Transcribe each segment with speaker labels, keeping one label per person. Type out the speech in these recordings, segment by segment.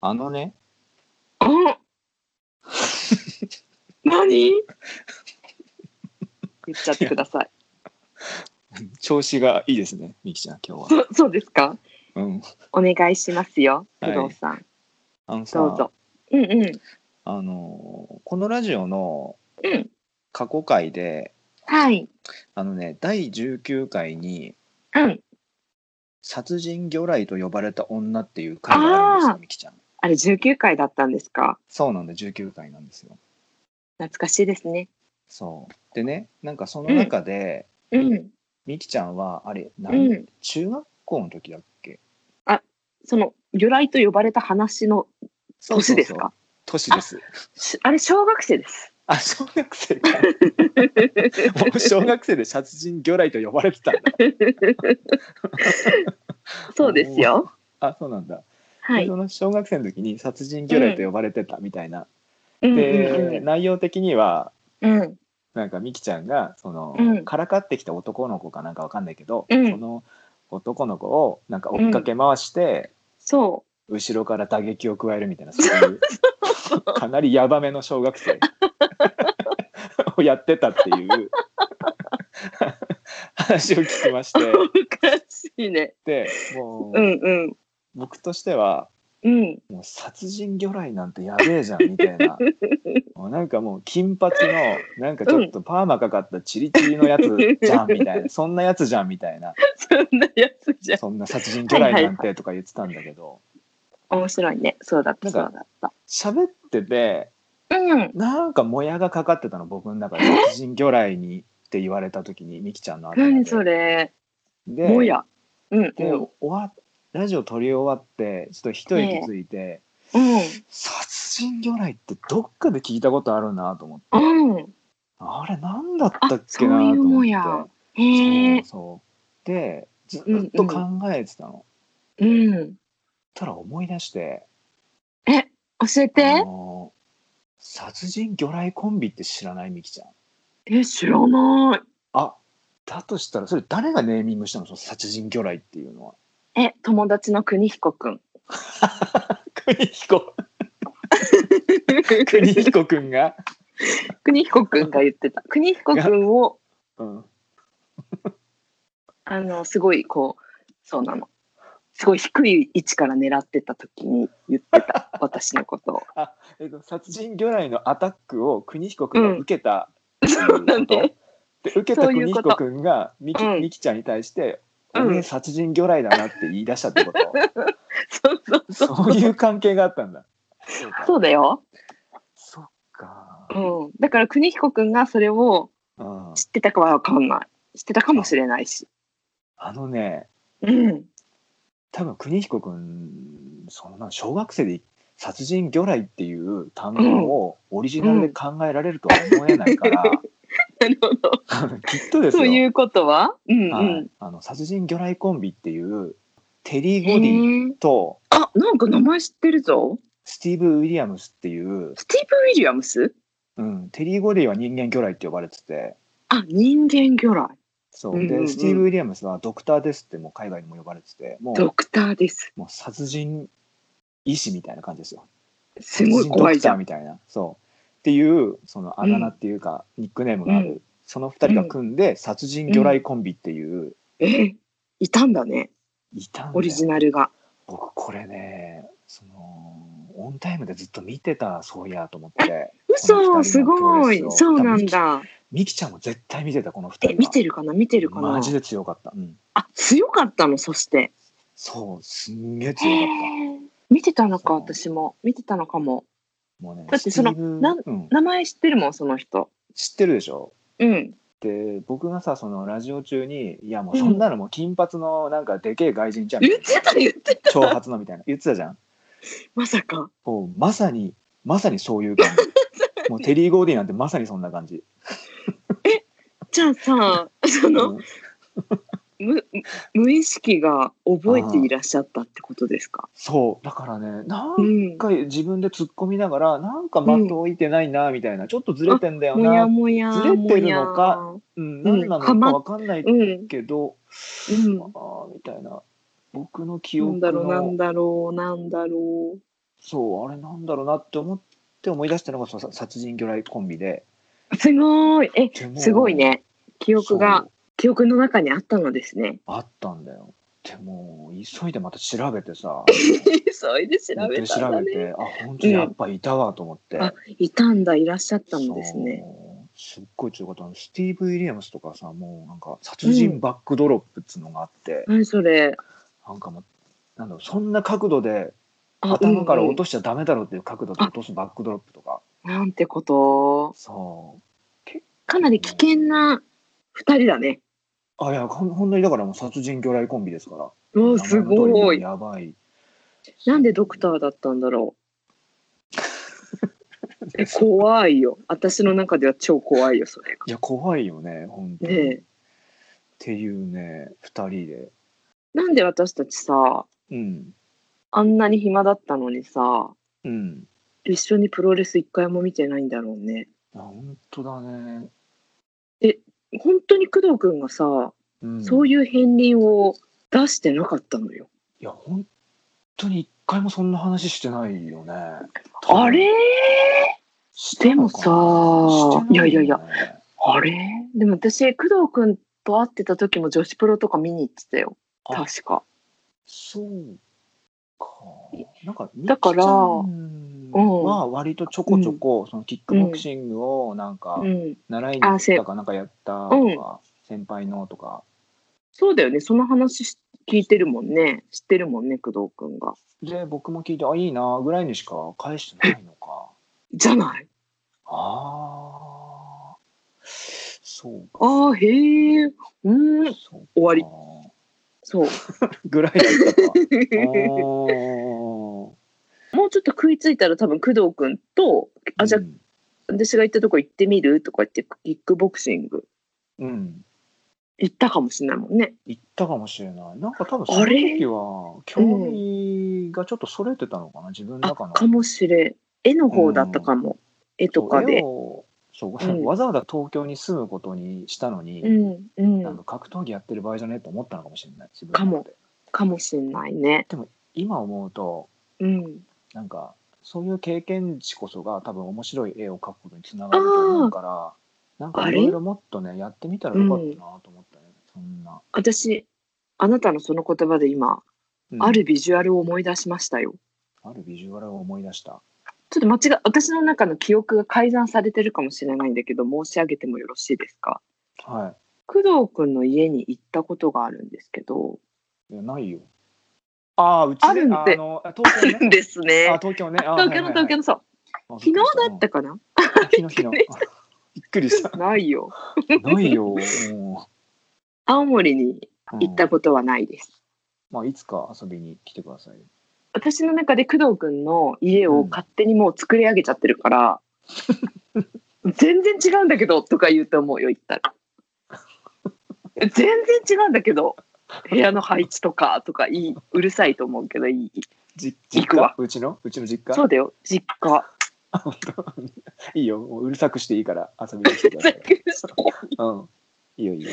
Speaker 1: あのね、
Speaker 2: あ 何言っちゃってください。
Speaker 1: 調子がいいですね、みきちゃん、今 日は。
Speaker 2: そそうですか
Speaker 1: うん。
Speaker 2: お願いしますよ、
Speaker 1: はい
Speaker 2: 工藤さん。
Speaker 1: あのさ、
Speaker 2: どうぞ。うんうん。
Speaker 1: あの、このラジオの
Speaker 2: うん。
Speaker 1: 過去回で、
Speaker 2: はい。
Speaker 1: あのね、第19回に、
Speaker 2: うん。
Speaker 1: 殺人魚雷と呼ばれた女っていう回があるんです
Speaker 2: あ
Speaker 1: よ、みきちゃん。
Speaker 2: あれ19回だったんですか
Speaker 1: そうなんだ、19回なんですよ。
Speaker 2: 懐かしいですね。
Speaker 1: そう。でね、なんかその中で、
Speaker 2: うん。
Speaker 1: みきちゃんは、あれ、な
Speaker 2: うんん。
Speaker 1: 中学校の時だっけ
Speaker 2: その、魚雷と呼ばれた話の
Speaker 1: そうそうそう
Speaker 2: 年ですか
Speaker 1: 年です。
Speaker 2: しあれ、小学生 です。
Speaker 1: あ、小学生 か。もう小学生で殺人魚雷と呼ばれてたんだ。
Speaker 2: そうですよ。
Speaker 1: あ、そうなんだ。
Speaker 2: は
Speaker 1: で
Speaker 2: い。
Speaker 1: その小学生の時に殺人魚雷と呼ばれてたみたいな。
Speaker 2: うん
Speaker 1: で、
Speaker 2: うん
Speaker 1: 内容的には、
Speaker 2: うん。うん。
Speaker 1: なんかみきちゃんが、その、
Speaker 2: うん
Speaker 1: からかってきた男の子かなんかわかんないけど、
Speaker 2: うん
Speaker 1: その男の子をなんか追っかけ回して、
Speaker 2: そ
Speaker 1: 後ろから打撃を加えるみたいな、そう いう、かなりヤバめの小学生をやってたっていう 話を聞きまし
Speaker 2: う。
Speaker 1: て、
Speaker 2: おかしいね。
Speaker 1: で、も
Speaker 2: う
Speaker 1: う、
Speaker 2: んうん。
Speaker 1: 僕としては、
Speaker 2: うん。
Speaker 1: もう殺人魚雷なんてやべえじゃんみたい なもうなんかもう金髪のなんかちょっとパーマかかったチリチリのやつじゃんみたいな、そんなやつじゃんみたいな
Speaker 2: そんなやつじゃん。
Speaker 1: そんな殺人魚雷なんてとか言ってたんだけど
Speaker 2: 面白いね。そうだった、そ
Speaker 1: な
Speaker 2: うんだった。
Speaker 1: 喋ってて
Speaker 2: うん。
Speaker 1: なんかもやがかかってたの僕の中で殺人魚雷にって言われた時にみきちゃんの頭
Speaker 2: 何
Speaker 1: で
Speaker 2: それ。
Speaker 1: で
Speaker 2: もや。うんう
Speaker 1: で
Speaker 2: ん。
Speaker 1: 終わラジオ撮り終わってちょっと一息ついて、
Speaker 2: う
Speaker 1: 殺人魚雷ってどっかで聞いたことあるなと思って。
Speaker 2: ん。うん。
Speaker 1: あれなんだったっけ
Speaker 2: あ
Speaker 1: な
Speaker 2: そういう
Speaker 1: と
Speaker 2: も
Speaker 1: 思
Speaker 2: ん
Speaker 1: って
Speaker 2: やへえ。
Speaker 1: そうそうでずっと考えてたの、
Speaker 2: うん。
Speaker 1: たら思い出して
Speaker 2: 教え
Speaker 1: あ
Speaker 2: て。
Speaker 1: のー殺人魚雷コンビって知らないみきちゃん
Speaker 2: え、知らな
Speaker 1: あだとしたらそれ誰がネーミングしたのその殺人魚雷っていうのは
Speaker 2: い。え、友達の邦彦くん。
Speaker 1: 邦彦邦彦くん が、
Speaker 2: 邦彦くんが言ってた。邦彦くんを、
Speaker 1: うん、
Speaker 2: あの、すごい、こう、そうなの。すごい低い位置から狙ってた時に言って た。私のことを。
Speaker 1: えっと殺人魚雷のアタックを邦彦くんが受けたってい
Speaker 2: うんなんで
Speaker 1: で受けた
Speaker 2: そうい
Speaker 1: 邦
Speaker 2: うこ
Speaker 1: 彦
Speaker 2: と
Speaker 1: くんがみき,、
Speaker 2: うん
Speaker 1: みきちゃんに対して「
Speaker 2: うん
Speaker 1: 俺殺人魚雷だな」って言い出したってこと
Speaker 2: そうそうそう。
Speaker 1: そういう関係があったんだ。そうか
Speaker 2: そうだよ。
Speaker 1: そっか。
Speaker 2: うん。だから邦彦くんがそれを
Speaker 1: うん
Speaker 2: 知ってたかはわかんない。知ってたかもしれないし。
Speaker 1: あのね、
Speaker 2: うん。
Speaker 1: 多分邦彦くん、そんな小学生で殺人魚雷っていう単語をオリジナルで考えられるとは思えないから、
Speaker 2: なるほど。
Speaker 1: きっとですよ。
Speaker 2: そういうことは、うんうん。
Speaker 1: はい、あの殺人魚雷コンビっていうテリー・
Speaker 2: へ
Speaker 1: ゴディ
Speaker 2: ー
Speaker 1: と
Speaker 2: あ、なんか名前知ってるぞ。
Speaker 1: スティーブ・ウィリアムスっていう、
Speaker 2: スティーブ・ウィリアムス
Speaker 1: うん、テリー・ゴディは人間魚雷って呼ばれてて。
Speaker 2: あ、人間魚雷。
Speaker 1: そう
Speaker 2: うんうんう
Speaker 1: で
Speaker 2: ん
Speaker 1: スティーブ・ウィリアムスはドクターですってもう海外にも呼ばれててもう
Speaker 2: ドクターです。
Speaker 1: もう殺人医師みたいな感じですよ。
Speaker 2: すごい怖いじゃ
Speaker 1: 殺人ドクタ
Speaker 2: ん。
Speaker 1: ーみたいな。そう。っていう、そのあだ名っていうか、ニックネームがある、
Speaker 2: うん
Speaker 1: その二人が組んで、殺人魚雷コンビっていう、
Speaker 2: え、いたんだね。
Speaker 1: いたん
Speaker 2: オ
Speaker 1: で
Speaker 2: リ、ジナルが。
Speaker 1: 僕これね、その、オンタイムでずっと見てた、そういやと思って。この
Speaker 2: 嘘、
Speaker 1: 二人
Speaker 2: す
Speaker 1: のプロ
Speaker 2: ご
Speaker 1: レス
Speaker 2: い
Speaker 1: を。
Speaker 2: そうなんだ。
Speaker 1: ミキちゃんも絶対見てた、この二人
Speaker 2: え、
Speaker 1: は。
Speaker 2: 見てるかな見てるかな
Speaker 1: マジで強かった。うん。
Speaker 2: あ、強かったの、そして。
Speaker 1: そう、すんげえ強
Speaker 2: へ
Speaker 1: かっ
Speaker 2: え。見てたのか、
Speaker 1: そう
Speaker 2: 私も。見てたのかも。
Speaker 1: た。もうね、
Speaker 2: だってその
Speaker 1: スティーブ
Speaker 2: なん
Speaker 1: うん、
Speaker 2: 名前知ってるもん、その人。
Speaker 1: 知ってるでしょ
Speaker 2: うん。
Speaker 1: で僕がさそのラジオ中に「いやもうそんなのもう金髪のなんかでけえ外人じゃん」み
Speaker 2: 言った
Speaker 1: い
Speaker 2: てた、言って
Speaker 1: な長髪のみたいな言ってたじゃん
Speaker 2: まさか。
Speaker 1: もうまさにまさにそういう 感じもうテリー・ゴーディなんてまさにそんな感じ、
Speaker 2: じゃあさ、そうの、
Speaker 1: ん
Speaker 2: 無無意識が覚えていらっしゃったってことですか。
Speaker 1: そうだからねな
Speaker 2: うんん。
Speaker 1: か自分で突っ込みながらなんか的置いてないなみたいな、ちょっとずれてんだよ
Speaker 2: もや
Speaker 1: な、
Speaker 2: もや。
Speaker 1: ずれてるのか
Speaker 2: も
Speaker 1: うん、
Speaker 2: う
Speaker 1: 何な
Speaker 2: ん
Speaker 1: のか
Speaker 2: かま
Speaker 1: わかんない
Speaker 2: や。うん。
Speaker 1: けど、
Speaker 2: うん
Speaker 1: ああみたいな僕の記
Speaker 2: な
Speaker 1: 憶
Speaker 2: んだろう、な
Speaker 1: の
Speaker 2: んだろう、なんだろう。
Speaker 1: そうあれなんだろうなって思って思い出したのがその殺人魚雷コンビです
Speaker 2: ごい。え、
Speaker 1: です
Speaker 2: ごいね。記憶が、記憶の中にあったので すね。
Speaker 1: あったんだよでも急いでまた調べて さ
Speaker 2: 急いで調
Speaker 1: 本当
Speaker 2: べ
Speaker 1: に
Speaker 2: たん
Speaker 1: 調
Speaker 2: だ
Speaker 1: べ
Speaker 2: ね。
Speaker 1: てあ本当にやっぱいたわと思って、
Speaker 2: あ、いたんだ、いらっしゃったんですね。
Speaker 1: そうすっごい強かったあのスティーブ・ウィリアムスとかさもうなんか殺人バックドロップっつうのがあって、
Speaker 2: 何それ。
Speaker 1: なんかもうなんだろうそんな角度で
Speaker 2: あ
Speaker 1: 頭から落とし
Speaker 2: し、
Speaker 1: ちゃダメだろうっていう角度で落とすバックドロップとか
Speaker 2: うんうんなんてこと。
Speaker 1: そう
Speaker 2: かなり危険な二人だね。
Speaker 1: あいやほんほんとにだからもう殺人魚雷コンビですから
Speaker 2: お
Speaker 1: 名
Speaker 2: お、
Speaker 1: 前
Speaker 2: す
Speaker 1: の通り
Speaker 2: ごい。
Speaker 1: やばい
Speaker 2: なんでドクターだったんだろう。 え、怖いよ。私の中では超怖いよ、それが。
Speaker 1: いや怖いよね本当に、
Speaker 2: ね
Speaker 1: っ
Speaker 2: え。
Speaker 1: ていうね2人で
Speaker 2: なんで私たちさ、
Speaker 1: うん
Speaker 2: あんなに暇だったのにさ、
Speaker 1: うん
Speaker 2: 一緒にプロレス一回も見てないんだろうね。
Speaker 1: あ本当だね、
Speaker 2: 本当に工藤くんがさ、
Speaker 1: うん、
Speaker 2: そう
Speaker 1: い
Speaker 2: いう片鱗を出してなかったのよ。
Speaker 1: や本当に一回もそんな話してないよね
Speaker 2: あれ
Speaker 1: してんのかな
Speaker 2: でもさ
Speaker 1: してない
Speaker 2: やいやいや
Speaker 1: よね
Speaker 2: あれでも私、工藤くんと会ってた時も女子プロとか見に行ってたよ。
Speaker 1: あ
Speaker 2: 確か。
Speaker 1: そうかなんか
Speaker 2: だから
Speaker 1: みきちゃん
Speaker 2: うん
Speaker 1: は割とちょこちょこ、そのキックボクシングをなんか
Speaker 2: うん。
Speaker 1: 習いに行ったかなんかやった
Speaker 2: う
Speaker 1: と
Speaker 2: ん
Speaker 1: か、先輩のとか
Speaker 2: そうだよね。その話し聞いてるもんね。知ってるもんね、工藤くんが。
Speaker 1: で僕も聞いて「あいいな」ぐらいにしか返してないのか
Speaker 2: じゃない
Speaker 1: ああそうか
Speaker 2: ああ、へえ。うーん。
Speaker 1: そうか
Speaker 2: 終わりそう。
Speaker 1: ぐらいだ ったか
Speaker 2: も
Speaker 1: おー
Speaker 2: うちょっと食いついたら多分工藤くんと、あ、じゃあ
Speaker 1: うん
Speaker 2: 私が行ったとこ行ってみるとか言ってキックボクシング
Speaker 1: うん
Speaker 2: 行ったかもしれないもんね。
Speaker 1: 行ったかもしれないなんか多分その
Speaker 2: あれ
Speaker 1: 時は興味がちょっとそれてたのかな自分の
Speaker 2: あ
Speaker 1: 中の
Speaker 2: かもしれん。絵の方だったかも。絵とか
Speaker 1: そう絵
Speaker 2: で。
Speaker 1: をそう、
Speaker 2: うん
Speaker 1: わざわざ東京に住むことにしたのに、
Speaker 2: うんう
Speaker 1: なん
Speaker 2: ん。
Speaker 1: か格闘技やってる場合じゃねえと思ったのかもしれない自分
Speaker 2: かも
Speaker 1: の中で
Speaker 2: かもしれないね。
Speaker 1: 今思うと
Speaker 2: うん。
Speaker 1: なんかそういう経験値こそが多分面白い絵を描くことにつながると思うからなんか
Speaker 2: あ
Speaker 1: い
Speaker 2: れ
Speaker 1: ろいろもっとねやってみたらよかったなと思ったね、そんな、
Speaker 2: 私、あなたのその言葉で今、
Speaker 1: うん
Speaker 2: あるビジュアルを思い出しましたよ。
Speaker 1: あるビジュアルを思い出した
Speaker 2: ちょっと間違い、私の中の記憶が改ざんされてるかもしれないんだけど、申し上げてもよろしいですか
Speaker 1: は
Speaker 2: 工藤くんの家に行ったことがあるんですけど、
Speaker 1: いいやないよああうちで
Speaker 2: あるんで
Speaker 1: あのあ東京ね
Speaker 2: です
Speaker 1: あ
Speaker 2: ね。
Speaker 1: 東京ねあ
Speaker 2: 東京の東京のそう。
Speaker 1: の
Speaker 2: 昨日だったかな
Speaker 1: 昨日昨日 びっくりした
Speaker 2: ないよ。
Speaker 1: ない よも
Speaker 2: 青森に
Speaker 1: う、うん
Speaker 2: 行ったことはないです。
Speaker 1: まあ、いつか遊びに来てください。
Speaker 2: 私の中で工藤くんの家を勝手にもう作り上げちゃってるから、全然違うんだけどとか言うと思うよ言ったら全然違うんだけど部屋の配置とかとかいいうるさいと思うけどいい
Speaker 1: じ
Speaker 2: 行くわ
Speaker 1: うちのうちの実家
Speaker 2: そうだよ実家
Speaker 1: いいよ。もううるさくしていいから遊びに来てくだ さい。うん。いいよいいよ。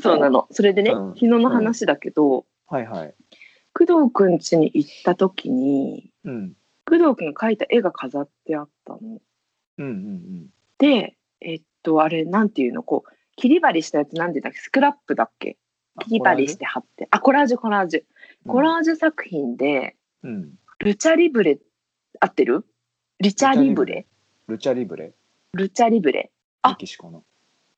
Speaker 2: そうなのそれでね、
Speaker 1: うん
Speaker 2: 昨日の話だけど、
Speaker 1: はいはい。
Speaker 2: 工藤くん家に行った時に
Speaker 1: うん。
Speaker 2: 工藤くんが描いた絵が飾ってあったの
Speaker 1: うんうん
Speaker 2: でえっとあれなんていうのこう切り貼りしたやつなんていうんだっけスクラップだっけ
Speaker 1: うん。
Speaker 2: 切り貼りして貼ってあコラージュコラージュコラージュ作品で、
Speaker 1: うん。うん。
Speaker 2: ルチャリブレ合ってるリチャリブレ
Speaker 1: ルチャリブレ、
Speaker 2: ルチャリブレあ
Speaker 1: メキシコの。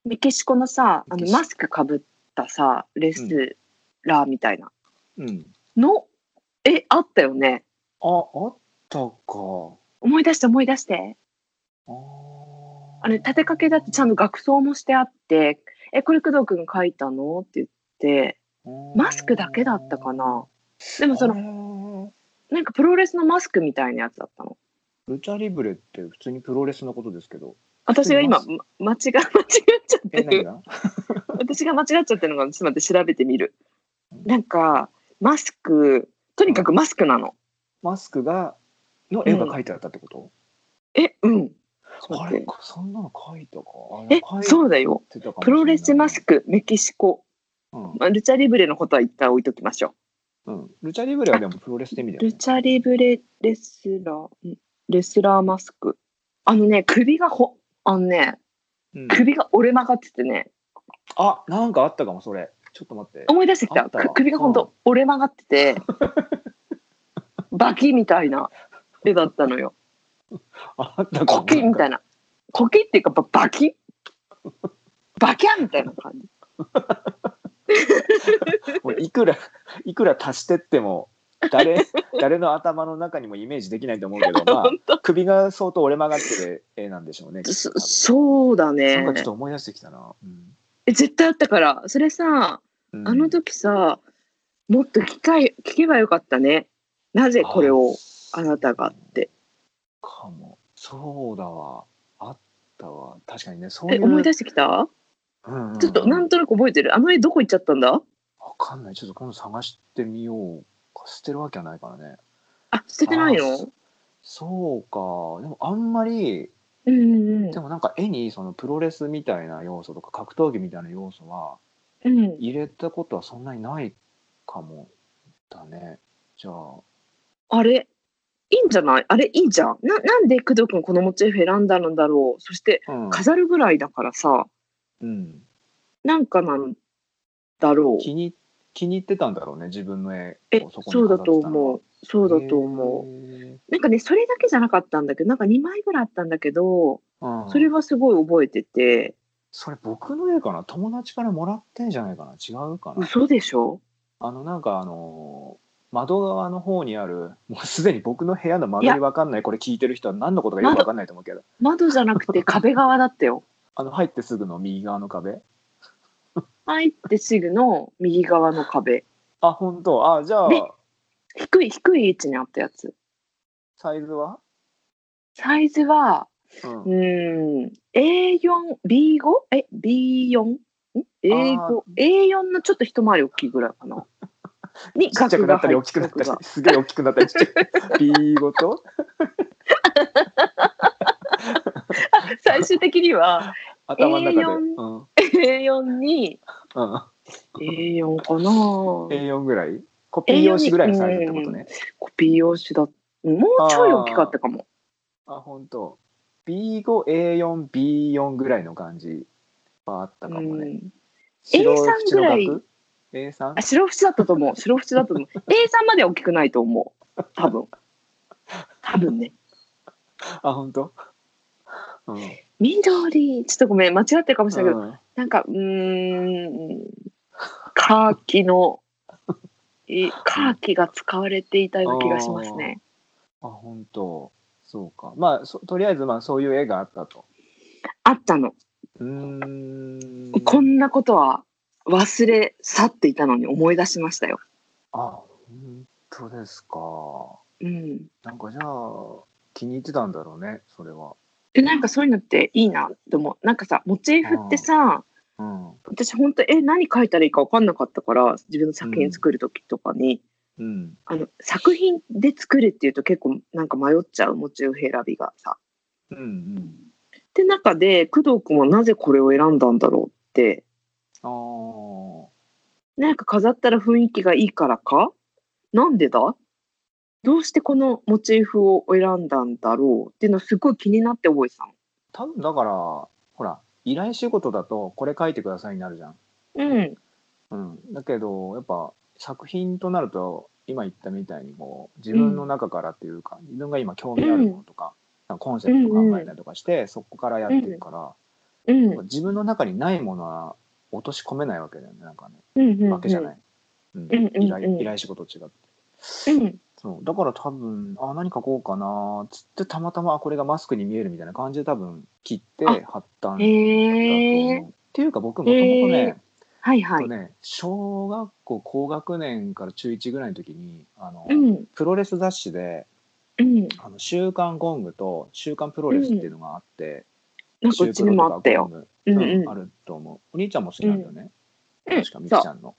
Speaker 2: メキシコのさあ
Speaker 1: メ
Speaker 2: の
Speaker 1: キシコ
Speaker 2: マスクかぶったさレスラーみたいな
Speaker 1: うん。
Speaker 2: の、えあったよね
Speaker 1: あ、あったか。
Speaker 2: 思い出して思い出して
Speaker 1: あ
Speaker 2: あれ立てかけだってちゃんと額装もしてあって「えこれ工藤君が描いたの?」って言ってマスクだけだったかなでもその
Speaker 1: の。
Speaker 2: なんかプロレスのマスクみたいなやつだったの
Speaker 1: ルチャリブレって普通にプロレスのことですけど。
Speaker 2: 私が今
Speaker 1: 知っ
Speaker 2: ま間違間違 っちゃって
Speaker 1: え、何
Speaker 2: る
Speaker 1: が
Speaker 2: 私が間違っちゃってるのがちょっと待って調べてみるなんかマスクとにかくマスクなの、
Speaker 1: マスクが、の絵が描いてあったってこと、
Speaker 2: えうんちょっと
Speaker 1: あ
Speaker 2: 待っ
Speaker 1: れ
Speaker 2: て
Speaker 1: そんなの書いたか。
Speaker 2: えそうだよプロレスマス
Speaker 1: ク。
Speaker 2: クメキシコ、
Speaker 1: うん、
Speaker 2: まあ、ルチャリブレのことは一旦置いときましょ
Speaker 1: うん、ルチャリブレはでもプロレスで見るよ
Speaker 2: ルチャリブレレスラー、んレスラーマスク。あのね、首がほ、あのね、
Speaker 1: うん、
Speaker 2: 首が折れ曲がっててね、
Speaker 1: あなんかあったかもそれちょっと待って
Speaker 2: 思い出してき
Speaker 1: あ
Speaker 2: た。
Speaker 1: ったわ
Speaker 2: く首がほんと折れ曲がってて、バキみたいな絵だったのよ。
Speaker 1: ああったか
Speaker 2: コ
Speaker 1: も
Speaker 2: キみた
Speaker 1: い
Speaker 2: いな。コキっていうか、ばバキバキャンみたいな感じ。
Speaker 1: いくら いくら足してっても 誰誰の頭の中にもイメージできないと思うけど、ま
Speaker 2: ほん
Speaker 1: あ、首が相当折れ曲がってる絵なんでしょうね。
Speaker 2: そ
Speaker 1: 多分
Speaker 2: そうだ
Speaker 1: なん
Speaker 2: ね
Speaker 1: かちょっと思い出してきたな。うん
Speaker 2: え絶対あったからそれさ
Speaker 1: うん
Speaker 2: あの時さ、もっと聞かい聞けばよかったねなぜこれをあなたがって
Speaker 1: かも。そうだわ。あったわ。確かにね、そうい
Speaker 2: え
Speaker 1: う。
Speaker 2: 思い出してきた、
Speaker 1: うんうん
Speaker 2: ちょっとなんとなく覚えてるあの絵どこ行っちゃったんだ
Speaker 1: わかんない。ちょっと今度探してみようか。捨てるわけはないからね。
Speaker 2: あ捨ててない
Speaker 1: あ
Speaker 2: の
Speaker 1: そうか。でもあんまり、
Speaker 2: うんうん
Speaker 1: でもなんか絵にそのプロレスみたいな要素とか格闘技みたいな要素は
Speaker 2: うん
Speaker 1: 入れたことはそんなにないかもだね。じゃあ、
Speaker 2: あれいいんじゃないあれいいじゃんななんで工藤君このモチーフ選んだのだろうそして
Speaker 1: うん。
Speaker 2: 飾るぐらいだからさ
Speaker 1: うん、
Speaker 2: なんかなんだろう
Speaker 1: 気に気に入ってたんだろうね、自分の絵
Speaker 2: え
Speaker 1: をそこに
Speaker 2: そうだと
Speaker 1: 飾ってたの
Speaker 2: 思
Speaker 1: は
Speaker 2: う。そうだと思う、
Speaker 1: へ
Speaker 2: なんかね、それだけじゃなかったんだけど、なんか2枚ぐらいあったんだけど、
Speaker 1: ーうん
Speaker 2: それはすごい覚えてて、
Speaker 1: それ僕の絵かな友達からもらってんじゃないかな違うかな
Speaker 2: 嘘でしょ
Speaker 1: あのなんかあのー窓側の方にあるもうすでに僕の部屋の間取りわかんないこれ聞いてる人は何のことかよくわかんないと思うけど
Speaker 2: 窓じゃなく て壁側だったよ。
Speaker 1: あの入ってすぐの右側の壁
Speaker 2: 入ってすぐの右側の壁。
Speaker 1: あ本当あじゃあ
Speaker 2: で低い、低い位置にあったやつ。
Speaker 1: サイズは、
Speaker 2: サイズは、
Speaker 1: うん
Speaker 2: うーん、A4、B5? え、B4? ん ?A5
Speaker 1: あ、
Speaker 2: A4 のちょっと一回り大きいぐらいかな。に、
Speaker 1: ちっちゃく なったり大きくなったり
Speaker 2: 額が
Speaker 1: すげえ大きくなったり ちっちゃい B ごと
Speaker 2: 最終的には、
Speaker 1: 頭の中で、
Speaker 2: A4
Speaker 1: うん
Speaker 2: A4 に、
Speaker 1: うん、
Speaker 2: A4 かな
Speaker 1: A4 ぐらいコピー用紙ぐらいのサイズってことね、
Speaker 2: コピー用紙だもうちょい大きかったかも
Speaker 1: あ本当 B5A4B4 ぐらいの感じはあったかもね、
Speaker 2: うん
Speaker 1: 白
Speaker 2: A3 ぐらい
Speaker 1: 縁の額 ?A3?
Speaker 2: あ白縁だったと思う白縁だったと思う A3 までは大きくないと思う多分多分ね
Speaker 1: あ、本当。うん。
Speaker 2: 緑ちょっとごめん間違ってるかもしれないけ
Speaker 1: う
Speaker 2: ど、
Speaker 1: ん
Speaker 2: なんかうーんカーキのいカーキが使われていたような気がしますね
Speaker 1: あ、本当。そうか。まあ、そとりあえず、まあ、そういう絵があったと。
Speaker 2: あったの
Speaker 1: うーん。
Speaker 2: こんなことは忘れ去っていたのに思い出しましたよ
Speaker 1: あ、本当ですか。
Speaker 2: うん
Speaker 1: なんか、じゃあ、気に入ってたんだろうね、それは。
Speaker 2: でなんかそういうのっていいなって思うなんかさモチーフってさ
Speaker 1: うん。
Speaker 2: 私ほんとえ何書いたらいいか分かんなかったから自分の作品作る時とかに、
Speaker 1: うん。
Speaker 2: あの作品で作るっていうと結構なんか迷っちゃうモチーフ選びがさ。
Speaker 1: うん。うん。
Speaker 2: って中で工藤君はなぜこれを選んだんだろうって
Speaker 1: ああ。
Speaker 2: なんか飾ったら雰囲気がいいからかなんでだどうしてこのモチーフを選んだんだろうっていうのすごい気になって覚えてたの。
Speaker 1: 多分、だから、ほら、依頼仕事だと、これ書いてくださいになるじゃん。
Speaker 2: うん、
Speaker 1: うん、だけどやっぱ作品となると今言ったみたいにこう自分の中からっていうか、自分が今興味あるものとか,、コンセプト考えたりとかして、そこからやっていくから、
Speaker 2: うん、うん
Speaker 1: 自分の中にないものは落とし込めないわけだよねなんかね、
Speaker 2: うん、うん、
Speaker 1: わけじゃない、うん
Speaker 2: うんうん
Speaker 1: 依頼依頼仕事と違って
Speaker 2: うん、
Speaker 1: そうだから多分あ何書こうかなっつってたまたまあこれがマスクに見えるみたいな感じで多分切って
Speaker 2: あ
Speaker 1: 貼ったんだと思う、
Speaker 2: へえー、
Speaker 1: っていうか僕もともとね、
Speaker 2: へーはいは
Speaker 1: えっ
Speaker 2: い
Speaker 1: と。ね、小学校高学年から中1ぐらいの時にあの、
Speaker 2: うん、
Speaker 1: プロレス雑誌で
Speaker 2: うん、
Speaker 1: 「あの週刊ゴング」と「週刊プロレス」っていうのがあって、
Speaker 2: なんか
Speaker 1: 週
Speaker 2: うちにもあったよ。
Speaker 1: グ、
Speaker 2: う
Speaker 1: うんん
Speaker 2: うん
Speaker 1: あ。ると思うお兄ちゃんも好きなんだよね、
Speaker 2: うん
Speaker 1: 確かみきちゃんの、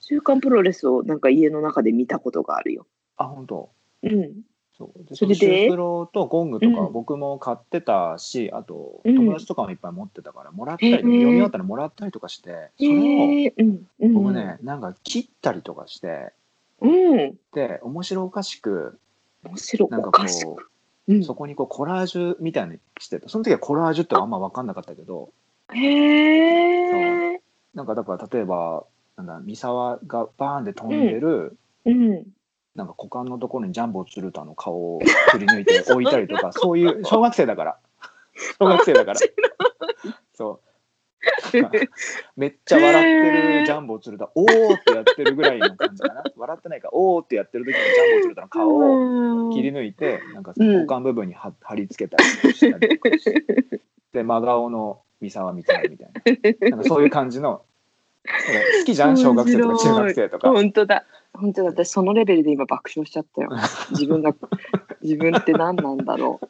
Speaker 2: 週刊プロレスをなんか家の中で見たことがあるよ。
Speaker 1: あ本当
Speaker 2: うん、
Speaker 1: そうでそ
Speaker 2: それ
Speaker 1: の
Speaker 2: で
Speaker 1: 週プロとゴングとか
Speaker 2: うん
Speaker 1: 僕も買ってたし、あと
Speaker 2: うん
Speaker 1: 友達とかもいっぱい持ってたからもらったり、
Speaker 2: へー
Speaker 1: 読み終わったらもらったりとかしてそれを
Speaker 2: えー、うん、うん、
Speaker 1: 僕ね、なんか切ったりとかして
Speaker 2: うん。
Speaker 1: で面白おかしく
Speaker 2: 面白い
Speaker 1: なん
Speaker 2: お
Speaker 1: かこ
Speaker 2: かしく。
Speaker 1: う
Speaker 2: うん
Speaker 1: そこにこうコラージュみたいにしてたその時はコラージュってあんま分かんなかったけど
Speaker 2: へえ。
Speaker 1: なんかだから例えばなんだ三沢がバーンで飛んでる、
Speaker 2: うん。
Speaker 1: なんか股間のところにジャンボ鶴田の顔をくり抜いて置いたりとかそういう小学生だから小学生だからそうなんかめっちゃ笑ってるジャンボ鶴田おーってやってるぐらいの感じかな笑ってないからおーってやってる時にジャンボ鶴田の顔を
Speaker 2: を
Speaker 1: 切り抜いてなんか
Speaker 2: うん
Speaker 1: 股間部分に貼貼り付けたりしたりとかしてで真顔の三沢みたいみたいななんかそういう感じのなんか好きじゃん小学生とか中学生とか。
Speaker 2: 本当だ。本当だ。私そのレベルで今爆笑しちゃ ったよ。自分が、自分って何なんだろう。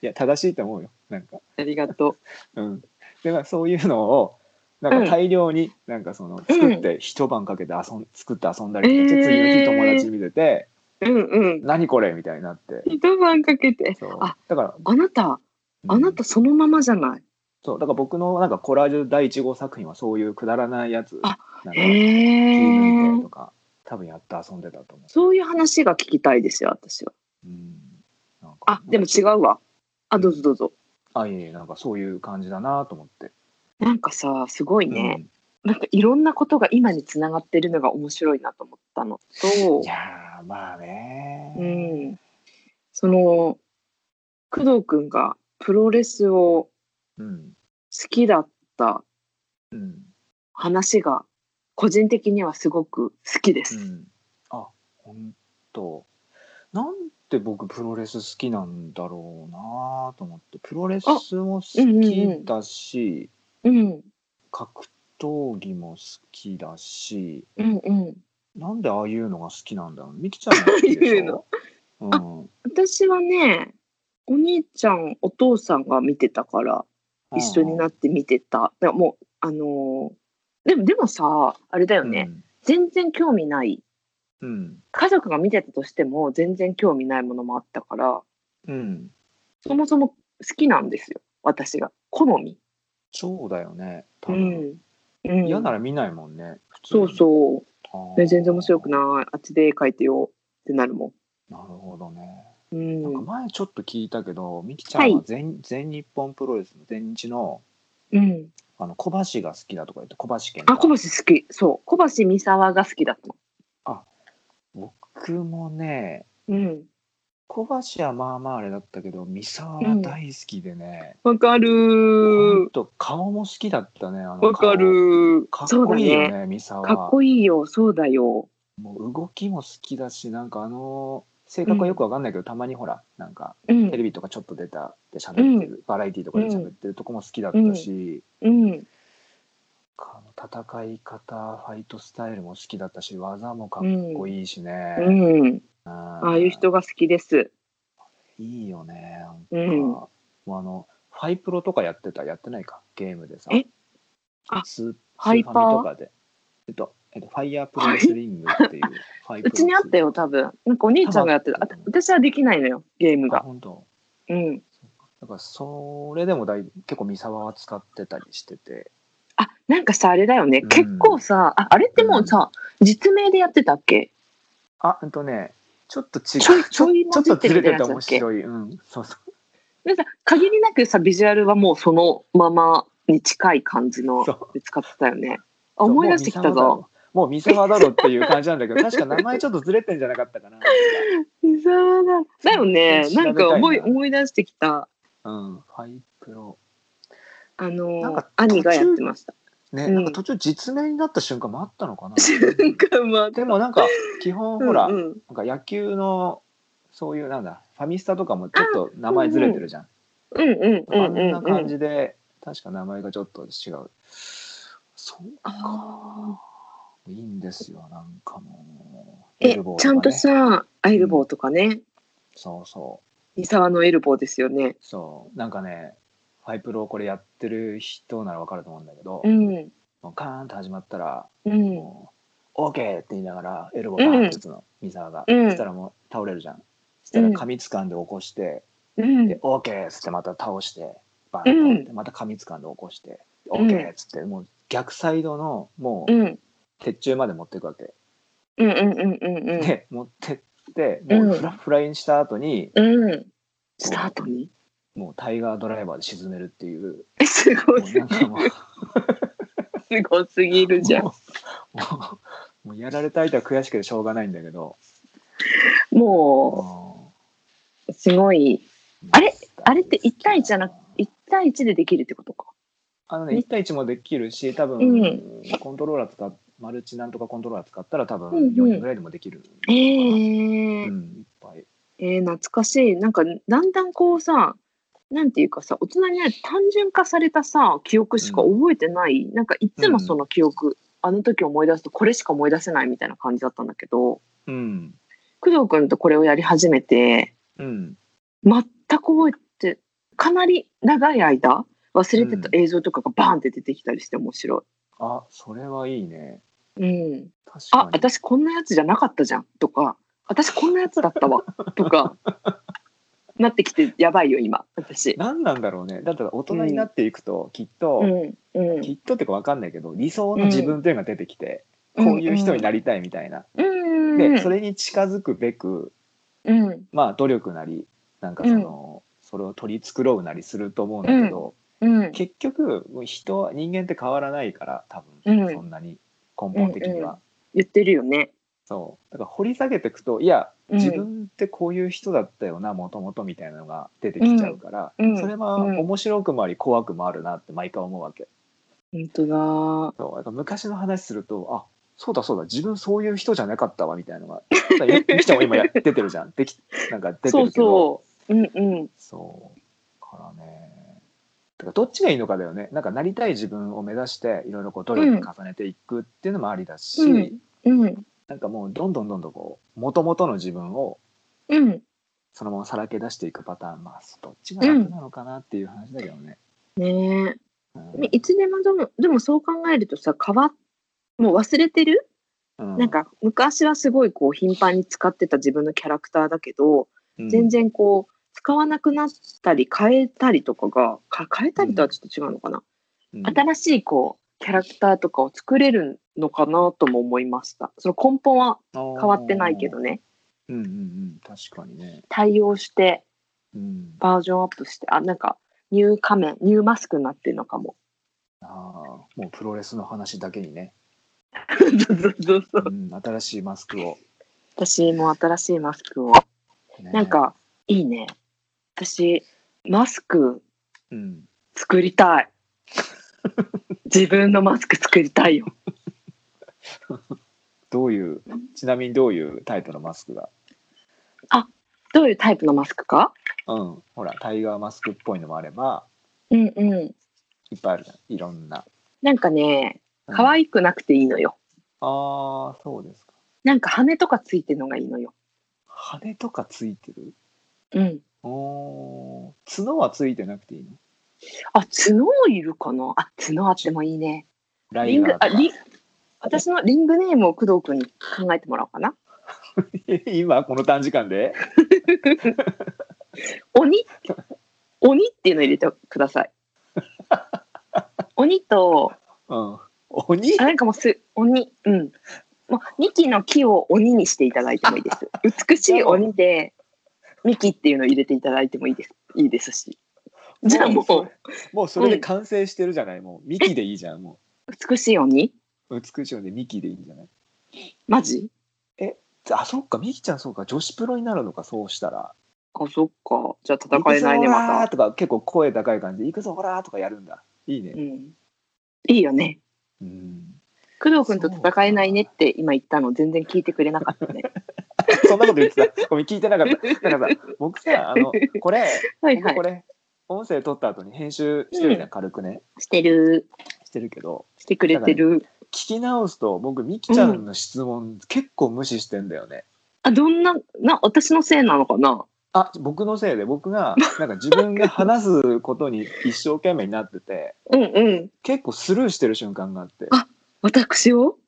Speaker 1: いや正しいと思うよなんか
Speaker 2: ありがと
Speaker 1: うん、でまあそういうのをなん
Speaker 2: うん
Speaker 1: か大量になんかその作って一晩かけて遊ん作って遊んだりとかして
Speaker 2: えー
Speaker 1: 次の日友達見てて
Speaker 2: う。うんう
Speaker 1: 「
Speaker 2: ん。
Speaker 1: 何これ」みたいになって
Speaker 2: 一晩かけて。
Speaker 1: そう
Speaker 2: あ
Speaker 1: だから
Speaker 2: あなた、あな
Speaker 1: うん
Speaker 2: たそのままじゃない。
Speaker 1: そうだから僕のなんかコラージュ第1号作品はそういうくだらないやつなん
Speaker 2: あ
Speaker 1: か切り
Speaker 2: へ
Speaker 1: 抜いたり
Speaker 2: え
Speaker 1: と。か多分やって遊んでたと思
Speaker 2: そういう話が聞きたいですよ、私は。
Speaker 1: う。うんなんか
Speaker 2: あ、でも違うわ。あ、どうぞどうぞ。
Speaker 1: あいえいえなんかそういう感じだなと思って。
Speaker 2: なんかさ、すごいね。
Speaker 1: うん
Speaker 2: なんかいろんなことが今につながってるのが面白いなと思ったのと
Speaker 1: い、やーまあね
Speaker 2: う
Speaker 1: ー、
Speaker 2: ん、その工藤君がプロレスを
Speaker 1: うん
Speaker 2: 好きだった
Speaker 1: うん
Speaker 2: 話が個人的にはすごく好きです。
Speaker 1: うん、あ本当なんて僕プロレス好きなんだろうなと思ってプロレスも好きだし、
Speaker 2: うん、
Speaker 1: 格闘技も好きだし
Speaker 2: うん、うん。
Speaker 1: なんでああいうのが好きなんだろうみきちゃんも好きでしょ、うん、
Speaker 2: 私はね、お兄ちゃん、お父さんが見てたから、一緒にな
Speaker 1: っ
Speaker 2: って見てた。だからもう、あのーでも、でもさ、あれだよ
Speaker 1: た
Speaker 2: ね。全然興味ない
Speaker 1: うん
Speaker 2: 家族が見てたとしても全然興味ないものもあったから
Speaker 1: うん、うん
Speaker 2: そもそも好きなんですよ私が好み、
Speaker 1: そうだよね多
Speaker 2: う
Speaker 1: 分、
Speaker 2: んうん、
Speaker 1: 嫌なら見ないもんね普通に
Speaker 2: そうそう
Speaker 1: あー
Speaker 2: え全然面白くないあっちで絵描いてよってなるも
Speaker 1: なるほどね
Speaker 2: ん、う
Speaker 1: なんか
Speaker 2: ん
Speaker 1: 前ちょっと聞いたけど、みきちゃんは全,、全日本プロレスの全日の
Speaker 2: うん、
Speaker 1: あの小橋が好きだとか言って小橋健
Speaker 2: あ小
Speaker 1: 太
Speaker 2: 橋好きそう小橋三沢が好きだった
Speaker 1: 僕もね
Speaker 2: うん
Speaker 1: 小橋はまあまああれだったけど三沢は大好きでね、
Speaker 2: わかる
Speaker 1: ほ
Speaker 2: ー
Speaker 1: んと顔も好きだったねあの顔
Speaker 2: わかるー
Speaker 1: かっ
Speaker 2: そうだ
Speaker 1: こいいよ
Speaker 2: ね
Speaker 1: ね三沢
Speaker 2: かっこいいよそうだよ
Speaker 1: もう動きも好きだしなんかあの性格はよくわかんないけど、たまにほらなんか
Speaker 2: うん
Speaker 1: テレビとかちょっと出たで喋ってる、バラエティとかで喋ってるとこも好きだったし、
Speaker 2: うん
Speaker 1: あの戦い方ファイトスタイルも好きだったし技もかっこいいしね、
Speaker 2: うん
Speaker 1: あ
Speaker 2: ああいう人が好きです
Speaker 1: いいよねなんか、
Speaker 2: うん
Speaker 1: もうあのファイプロとかやってたやってないかゲームでさ
Speaker 2: えあ
Speaker 1: スー
Speaker 2: ハイパー
Speaker 1: スーファミとかでえっと、えっと、ファイヤープロレスリング っていうファイプロ
Speaker 2: うちにあったよ、多分。なんかお兄ちゃんがやってた。
Speaker 1: ハマ
Speaker 2: あ
Speaker 1: ったの
Speaker 2: 私はできないのよ、ゲーム
Speaker 1: あ
Speaker 2: が。
Speaker 1: 本当
Speaker 2: うん。
Speaker 1: だからそれでもだい結構三沢は使ってたりしてて
Speaker 2: あ、なんかさ、あれだよね。
Speaker 1: うん
Speaker 2: 結構さ、ああれってもうさ、実名でやってたっけ
Speaker 1: あうんとねちょっと違う
Speaker 2: ちょい
Speaker 1: ちょ
Speaker 2: ち
Speaker 1: ちょ
Speaker 2: ょい
Speaker 1: っとずれてて面
Speaker 2: 混じってる
Speaker 1: 白いうんそうそう
Speaker 2: でさ、限りなくさ、ビジュアルはもうそのままに近い感じの
Speaker 1: そ
Speaker 2: で使ってたよね。あ、思い出してきたぞ。。
Speaker 1: もう三沢だろもう三沢だろっていう感じなんだ けど、確か名前ちょっとずれてんじゃなかったかな。
Speaker 2: 伊沢だ。だよね。
Speaker 1: 調べたな
Speaker 2: ない
Speaker 1: ん
Speaker 2: か思い思い出してきた。
Speaker 1: うん、ファイプロ。
Speaker 2: あ
Speaker 1: なん
Speaker 2: のー
Speaker 1: か、
Speaker 2: 兄がやってました。
Speaker 1: ね、
Speaker 2: うん
Speaker 1: なんか途中実名になった瞬間もあったの かな。
Speaker 2: 瞬間は。
Speaker 1: でもなんか基本 ほら、
Speaker 2: うん
Speaker 1: なん
Speaker 2: うん
Speaker 1: か野球のそういうなんだ、ファミスタとかもちょっと名前ずれてるじゃん。
Speaker 2: うんうんう
Speaker 1: あ
Speaker 2: ん
Speaker 1: ん
Speaker 2: う
Speaker 1: なん
Speaker 2: う
Speaker 1: 感
Speaker 2: ん。
Speaker 1: じで、確か名前がちょっと違う。そう
Speaker 2: あー
Speaker 1: いいんですよ、なんかもう。エ
Speaker 2: え
Speaker 1: ルボ、ー
Speaker 2: ちゃん
Speaker 1: か
Speaker 2: と
Speaker 1: ね
Speaker 2: さ、アイルボーとかね。
Speaker 1: そうそう。
Speaker 2: 三沢のエルボーですよね。
Speaker 1: そうなんかねファイプロをこれやってる人ならわかると思うんだけど、
Speaker 2: ん。
Speaker 1: もうカーンと始まったら
Speaker 2: うん。
Speaker 1: もう「オーケー!」って言いながらエルボーバーンって打つの、三沢が、
Speaker 2: うん
Speaker 1: そしたらもう倒れるじゃんそしたら髪掴んで起こして「
Speaker 2: うん
Speaker 1: でオーケー!」っつってまた倒してバーンって倒れて、また髪掴んで起こして「オーケー!」っつってもう逆サイドのもう
Speaker 2: うん。
Speaker 1: 鉄柱まで持っていくわけ、
Speaker 2: うんうんうんうんうん。
Speaker 1: で持ってってもううんフラフライにした後に
Speaker 2: うん。スタートに
Speaker 1: もうタイガードライバーで沈めるっていう
Speaker 2: え、すご
Speaker 1: も
Speaker 2: いうすぎ
Speaker 1: な
Speaker 2: る
Speaker 1: ん。かもう
Speaker 2: すごすぎるじゃん。
Speaker 1: もうもうもうやられた相手は悔しくてしょうがないんだけど
Speaker 2: もう、すごい。あれあれって1対1じゃなく1対1でできるってことか。
Speaker 1: あのね、
Speaker 2: ね
Speaker 1: 1対1もできるし、多分、
Speaker 2: う
Speaker 1: コントローラー使っマルチなんとかコントローラー使ったら多分
Speaker 2: うんうん
Speaker 1: 4人ぐらいでもできる。
Speaker 2: え
Speaker 1: う
Speaker 2: え
Speaker 1: ん、いっぱい。
Speaker 2: えー懐かしい。なんか、だんだんこうさ、なんていうかさ、大人になると単純化されたさ、記憶しか覚えてない。なんか、いつもその記憶、あの時思い出すとこれしか思い出せないみたいな感じだったんだけど、
Speaker 1: うん。
Speaker 2: 工藤君とこれをやり始めて、
Speaker 1: うん。
Speaker 2: 全く覚えて、かなり長い間、忘れてた
Speaker 1: う
Speaker 2: 映像とかがバーンって出てきたりして面白
Speaker 1: あ、それはいいね。
Speaker 2: い。うん。
Speaker 1: 確かに
Speaker 2: あ、。私こんなやつじゃなかったじゃんとか、私こんなやつだったわと か、なってきてやばいよ、今、私。
Speaker 1: 何なんだろうね。だって大人になっていくと、きっと、
Speaker 2: うんう
Speaker 1: き
Speaker 2: ん
Speaker 1: っとってか分かんないけど、理想の自分っていうのが出てきて、こういう人になりたいみたいな。
Speaker 2: うん
Speaker 1: で、
Speaker 2: うん
Speaker 1: それに近づくべく、
Speaker 2: うん
Speaker 1: まあ努力なり、なんかその、それを取り繕うなりすると思うんだけど、
Speaker 2: うん
Speaker 1: 結局もう人は人間って変わらないから多
Speaker 2: う
Speaker 1: 分
Speaker 2: ん
Speaker 1: そんなに根本的には、
Speaker 2: うんう言ってるよね。
Speaker 1: そうだから掘り下げていくといや
Speaker 2: うん
Speaker 1: 自分ってこういう人だったよなもともとみたいなのが出てきちゃうから、
Speaker 2: うんうん
Speaker 1: それは
Speaker 2: うん
Speaker 1: 面白くもあり怖くもあるなって毎回思うわけ
Speaker 2: 本当
Speaker 1: そうだから昔の話するとあそうだそうだ自分そういう人じゃなかったわみたいなのが だからゆゆきちゃんも今や出てるじゃんできなんか
Speaker 2: だ。
Speaker 1: 出て
Speaker 2: そ
Speaker 1: る
Speaker 2: う
Speaker 1: けど
Speaker 2: そう。うんうん。
Speaker 1: そうからねだからどっちがいいのかだよねなんかなりたい自分を目指していろいろこう努力重ねていくっていうのもありだし、
Speaker 2: うんうん
Speaker 1: なんかもうどんどんどんどんこう元々の自分を
Speaker 2: うん。
Speaker 1: そのままさらけ出していくパターンまあどっちが楽なのかなっていう話だけどね。
Speaker 2: ね
Speaker 1: うん
Speaker 2: え。ねいつでもでも、でもそう考えるとさ、変わっもう忘れてる、なん、か昔はすごいこう頻繁に使ってた自分のキャラクターだけど、
Speaker 1: うん
Speaker 2: 全、然こう使わなくなったり変えたりとかがか変えたりとはちょっと違うのかな、
Speaker 1: うん
Speaker 2: 新しいこうキャラクターとかを作れるのかなとも思いましたその根本は変わってないけど。ね
Speaker 1: うんうんうん確かにね。
Speaker 2: 対応して
Speaker 1: うん、あ
Speaker 2: バージョンアップしてあなんかニュー仮面ニューマスクになってるのかも
Speaker 1: あもうプロレスの話だけにね、
Speaker 2: そうそうそうそう
Speaker 1: うん、新しいマスクを、
Speaker 2: 私も新しいマスクを
Speaker 1: ね
Speaker 2: なん、かいいね私マスク
Speaker 1: うん、
Speaker 2: 作りた い自分のマスク作りたいよ
Speaker 1: どういうちなみにどういうタイプのマスクが、
Speaker 2: どういうタイプのマスクか
Speaker 1: うん、ほらタイガーマスクっぽいのもあれば
Speaker 2: うんうん。
Speaker 1: いっぱいあるじゃんいろんな。
Speaker 2: なんかね、
Speaker 1: うん
Speaker 2: 可愛くなくていいのよ。
Speaker 1: ああそうですか。
Speaker 2: なんか羽とかついてるのがいいのよ。
Speaker 1: 羽とかついてる
Speaker 2: うん。
Speaker 1: おー角はついてなくていいの
Speaker 2: あ、角いるかなあ、角あってもいいね。
Speaker 1: ラ
Speaker 2: リ
Speaker 1: イ
Speaker 2: ング
Speaker 1: ガー、
Speaker 2: あ、
Speaker 1: とか
Speaker 2: リン、私のリングネームを工藤くんに考えてもらおうかな。
Speaker 1: 今この短時間で
Speaker 2: 鬼、鬼っていうの入れてくだ さい。鬼と、
Speaker 1: うん鬼
Speaker 2: あなんかもうす、鬼、うん。もう、ミキの木を鬼にしていただいてもいいです。美しい鬼で、ミキっていうのを入れていただいてもいいです。いいですし。じゃあもう、
Speaker 1: もうそれで完成してるじゃない、もうミキでいいじゃんも
Speaker 2: 美しい鬼
Speaker 1: う美しいのでミキでいいんじゃない
Speaker 2: マジ
Speaker 1: あそっかミキちゃんそうか女子プロになるのかそうしたら
Speaker 2: あ、そっか。じゃあ
Speaker 1: 行
Speaker 2: 戦
Speaker 1: く
Speaker 2: え
Speaker 1: ぞ
Speaker 2: ないね、
Speaker 1: ほらー
Speaker 2: また。
Speaker 1: とか結構声高い感じで「行くぞほら!」とかやるんだいいね
Speaker 2: うん。いいよね。
Speaker 1: うん
Speaker 2: 工藤君と戦えないねって今言ったの全然聞いてくれなかったね。
Speaker 1: そんなこと言ってたごめん聞いてなかったなんかさ僕さあの これ
Speaker 2: はいは
Speaker 1: こ
Speaker 2: い。
Speaker 1: れ音声撮った後に編集してるじゃん、
Speaker 2: うん
Speaker 1: 軽くね
Speaker 2: してる。
Speaker 1: してるけど
Speaker 2: してくれてる。
Speaker 1: 聞き直すと僕ミキちゃんの質問結構無視してんだよね、
Speaker 2: あ、どんな、な、私のせいなのかな
Speaker 1: あ僕のせいで僕がなんか自分が話すことに一生懸命になってて
Speaker 2: うんうん。
Speaker 1: 結構スルーしてる瞬間があって
Speaker 2: あ私を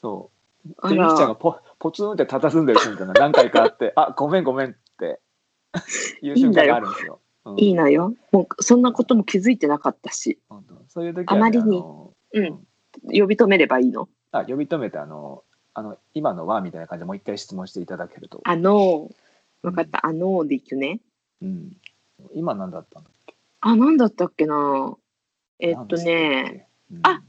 Speaker 1: そう
Speaker 2: あ
Speaker 1: でミキちゃんが
Speaker 2: ら。
Speaker 1: ポポツンって佇んでる瞬間が何回かあって あごめんごめんっていう瞬間があるんですよ。うん
Speaker 2: いいなよ。もう、そんなことも気づいてなかったし。
Speaker 1: 本当そういう時はね、
Speaker 2: あまりに
Speaker 1: あの
Speaker 2: うん。呼び止めればいいの。
Speaker 1: あ呼び止めてあのあの今のはみたいな感じでもう一回質問していただけると、
Speaker 2: あのー、わかった、あのーでいくね。
Speaker 1: うん、今何だったんだっけ
Speaker 2: あ、なんだったっけなえっ
Speaker 1: 何
Speaker 2: と
Speaker 1: でした
Speaker 2: ね、
Speaker 1: け、
Speaker 2: あ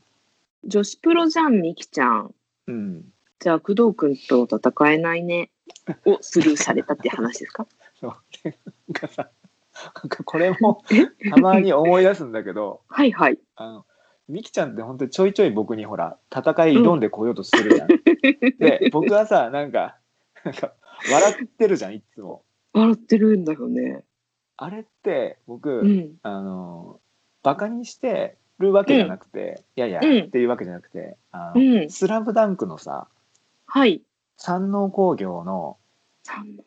Speaker 2: 女子プロじゃん、みきちゃん。
Speaker 1: うん、うん、
Speaker 2: じゃあ、工藤くんと戦えない ね。をスルーされたって話ですか
Speaker 1: そうなんかさ なんかこれもたまに思い出すんだけど
Speaker 2: はいはい。
Speaker 1: あのミキちゃんって本当にちょいちょい僕にほら戦い挑んでこようとするじゃん。で僕はさなんかなんか笑ってるじゃんいつも。
Speaker 2: 笑ってるんだよね。
Speaker 1: あれって僕、
Speaker 2: うん。
Speaker 1: あのバカにしてるわけじゃなくて、いやいや、
Speaker 2: うん
Speaker 1: っていうわけじゃなくて「あ
Speaker 2: う
Speaker 1: の
Speaker 2: ん。
Speaker 1: スラムダンクのさ
Speaker 2: はい。
Speaker 1: 山王工業の
Speaker 2: さん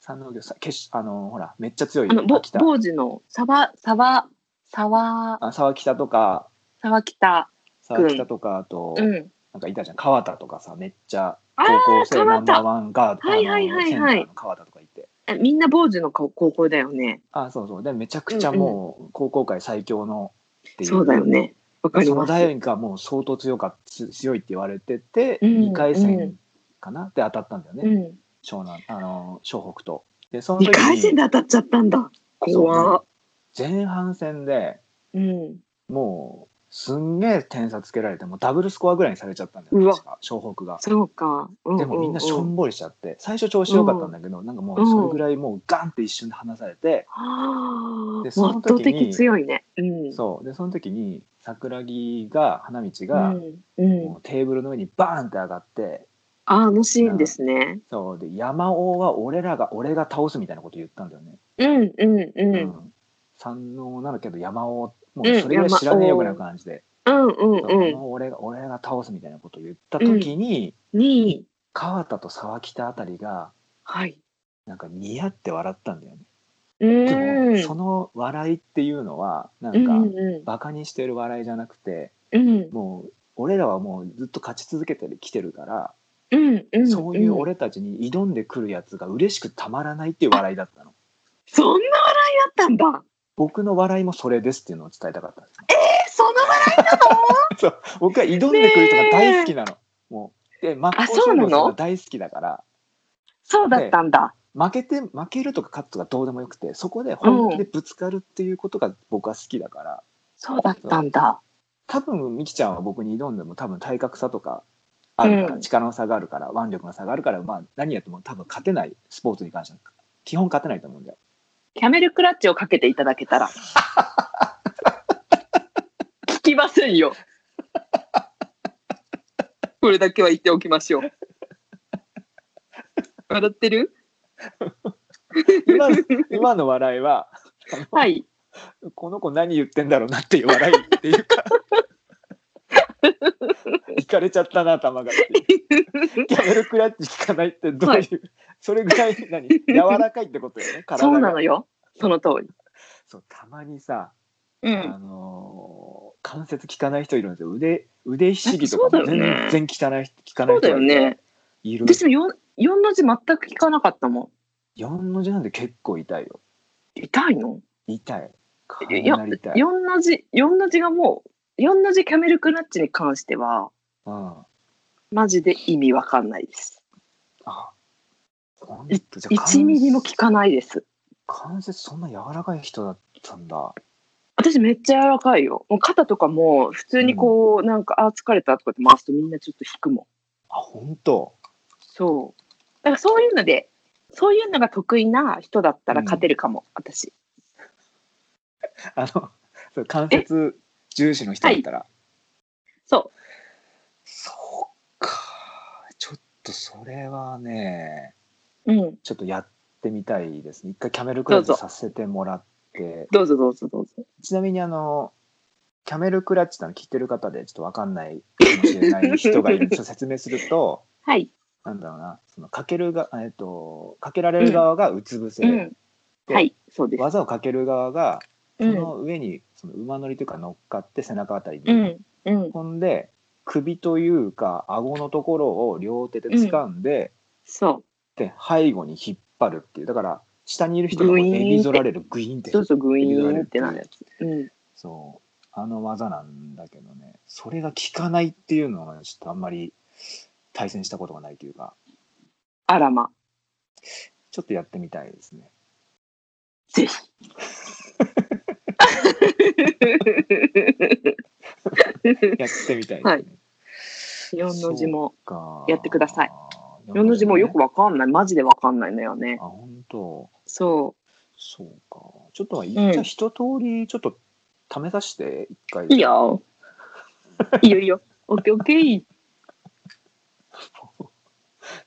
Speaker 1: 山王工業さ決しあのほらめっちゃ強い
Speaker 2: あの、ぼ
Speaker 1: 秋田
Speaker 2: 坊主の、サバ、サバ、サワ、
Speaker 1: あ沢北とか
Speaker 2: サワ北。
Speaker 1: 沢北とかあと、
Speaker 2: うん。
Speaker 1: なんかいたじゃん川田とかさめっちゃ
Speaker 2: あー
Speaker 1: 高校生
Speaker 2: 川
Speaker 1: ナ
Speaker 2: 田
Speaker 1: ンバーワンガード、
Speaker 2: はいはいはい
Speaker 1: あの
Speaker 2: はい
Speaker 1: センターの川田とかいて
Speaker 2: えみんな坊主の高高校だよね。
Speaker 1: あそうそうでめちゃくちゃもう高校界最強のっていう、
Speaker 2: そうだよね。わかり
Speaker 1: そ
Speaker 2: ま
Speaker 1: の
Speaker 2: す。
Speaker 1: 代がもう相当強かつ強いって言われてて、
Speaker 2: うん
Speaker 1: 2回戦かなって当たったんだよね、
Speaker 2: うん。
Speaker 1: 湘南あの湘北と。でその
Speaker 2: 二
Speaker 1: 時
Speaker 2: 回戦
Speaker 1: に
Speaker 2: で当たっちゃったんだ。怖っ。
Speaker 1: 前半戦で
Speaker 2: うん。
Speaker 1: もうすんげえ点差つけられてもうダブルスコアぐらいにされちゃったんだよ
Speaker 2: うわ
Speaker 1: 確か湘北が。
Speaker 2: そうか。うう
Speaker 1: でもみんなしょんぼりしちゃって最初調子良かったんだけど、なんかもうそれぐらいもうガンって一瞬で離されて、で
Speaker 2: はあ。もう
Speaker 1: そ
Speaker 2: 圧
Speaker 1: の
Speaker 2: 倒
Speaker 1: 時に
Speaker 2: 的強いね。うん。
Speaker 1: そうでその時に桜木が花道
Speaker 2: う
Speaker 1: が、
Speaker 2: ん。うん
Speaker 1: も。うテーブルの上にバーンって上がって
Speaker 2: ああのシーンですね。
Speaker 1: そうで山王は俺らが俺が倒すみたいなこと言ったんだよね。
Speaker 2: うんうんう。
Speaker 1: うん山王なのけど山王も
Speaker 2: う
Speaker 1: うんそれぐらい知らねえよぐらいの感じで、
Speaker 2: うんうん
Speaker 1: そうの俺が俺が倒すみたいなことを言った時に、
Speaker 2: ん。に、
Speaker 1: 川田と沢北あたりが
Speaker 2: はい。
Speaker 1: なんかニヤって笑ったんだよね。
Speaker 2: う
Speaker 1: でも
Speaker 2: ん。
Speaker 1: その笑いっていうのはな
Speaker 2: うん
Speaker 1: か
Speaker 2: ん
Speaker 1: バカにしてる笑いじゃなくて
Speaker 2: うん。
Speaker 1: もう俺らはもうずっと勝ち続けてきてるから、
Speaker 2: うんうん。
Speaker 1: そういう。俺たちに挑んでくるやつが嬉しくたまらないっていう笑いだったの。
Speaker 2: そんな笑いあったんだ。
Speaker 1: 僕の笑いもそれですっていうのを伝えたかったんです。
Speaker 2: え、その笑い。
Speaker 1: そう僕は挑んでくる人が大好きなの。もうで真っ向
Speaker 2: あそう
Speaker 1: 勝
Speaker 2: な
Speaker 1: 負
Speaker 2: の
Speaker 1: するのが大好きだから
Speaker 2: そうだったんだ。
Speaker 1: 負けて負けるとか勝つとかどうでもよくてそこで本気でぶつかるっていうことが僕は好きだから、
Speaker 2: そうだったんだ。
Speaker 1: 多分ミキちゃんは僕に挑んでも多分体格差とかあるから、
Speaker 2: うん
Speaker 1: 力の差があるから腕力の差があるから、まあ、何やっても多分勝てないスポーツに関しては基本勝てないと思うんだよ。
Speaker 2: キャメルクラッチをかけていただけたら。聞きませんよ。これだけは言っておきましょう。笑ってる
Speaker 1: 今 の今の笑いは
Speaker 2: はい。
Speaker 1: この子何言ってんだろうなっていう笑いっていう かいかれちゃったな頭がっていうキャメルクラッチ効かないってどういう、
Speaker 2: はい
Speaker 1: それぐらい何柔らかいってこと よね体が
Speaker 2: そうなのよ。その通り。
Speaker 1: そうたまにさ、
Speaker 2: う
Speaker 1: あ。のー関節効かない人いるんですよ腕腕ひしぎとか
Speaker 2: そう
Speaker 1: も
Speaker 2: だよね
Speaker 1: 全然効かない人効かない
Speaker 2: そ
Speaker 1: う
Speaker 2: だよ
Speaker 1: 人
Speaker 2: ね。
Speaker 1: いる、
Speaker 2: 私も四四の字全く聞かなかったも
Speaker 1: 4の字なんで結構痛いよ
Speaker 2: ん。痛いの？
Speaker 1: 痛いか
Speaker 2: い
Speaker 1: な
Speaker 2: や
Speaker 1: り痛い、
Speaker 2: 四の字四の字がもう四の字キャメルクラッチに関しては
Speaker 1: うん、
Speaker 2: マジで意味わかんないです。
Speaker 1: あほん
Speaker 2: い
Speaker 1: とじゃあ
Speaker 2: 1ミリも効かないです
Speaker 1: 関節そんな柔らかい人だったんだ
Speaker 2: 私めっちゃ柔らかいよもう肩とかも普通にこう、なんかあー疲れたとかって回すとみんなちょっと引くもん
Speaker 1: あ本当
Speaker 2: そうだからそういうのでそういうのが得意な人だったら勝てるかも、私
Speaker 1: あのそう関節重視の人だったら、
Speaker 2: そ
Speaker 1: そうかちょっとそれはね
Speaker 2: ううん
Speaker 1: ちょっとやってみたいですね一回キャメルクラッ
Speaker 2: どう
Speaker 1: チさ
Speaker 2: ぞ
Speaker 1: せてもらって
Speaker 2: どうぞどうぞどうぞ
Speaker 1: ちなみにあのキャメルクラッチっての聞いてる方でちょっとわかんないかもしれない人が いるちょっと説明すると
Speaker 2: はい
Speaker 1: なんだろうなそのかけるがえっとかけられる側がうつ伏せ、
Speaker 2: うん
Speaker 1: で
Speaker 2: はいそうです
Speaker 1: 技をかける側が
Speaker 2: う
Speaker 1: そ
Speaker 2: ん
Speaker 1: の上にその馬乗りというか乗っかって背中あたり
Speaker 2: う
Speaker 1: に
Speaker 2: んうん
Speaker 1: 飛んで首というか顎のところを両手で掴んで、
Speaker 2: そ
Speaker 1: で背後に引っ張るっていうだから下にいる人がこう
Speaker 2: グイーンって
Speaker 1: えびぞられるグイーンっ
Speaker 2: う
Speaker 1: て
Speaker 2: そうそうグイ
Speaker 1: えびぞら
Speaker 2: ー
Speaker 1: れ
Speaker 2: ン
Speaker 1: る
Speaker 2: ってなるやつうん
Speaker 1: そうあの技なんだけどねそれが効かないっていうのはちょっとあんまり対戦したことがないというか
Speaker 2: あらま、
Speaker 1: ちょっとやってみたいですね。
Speaker 2: ぜひ。
Speaker 1: やってみたいですね。
Speaker 2: はい 四の字も。
Speaker 1: か
Speaker 2: やってください。
Speaker 1: 四
Speaker 2: 四の字もよく
Speaker 1: わ
Speaker 2: わかんない。マジでわかんないのよね
Speaker 1: あ。本当
Speaker 2: そ
Speaker 1: そうか。ちょっとまあ、
Speaker 2: ん
Speaker 1: じゃあ一通りちょっと試させて一回。
Speaker 2: う。いい。よ。いいよいいよ。オッケーオッケー。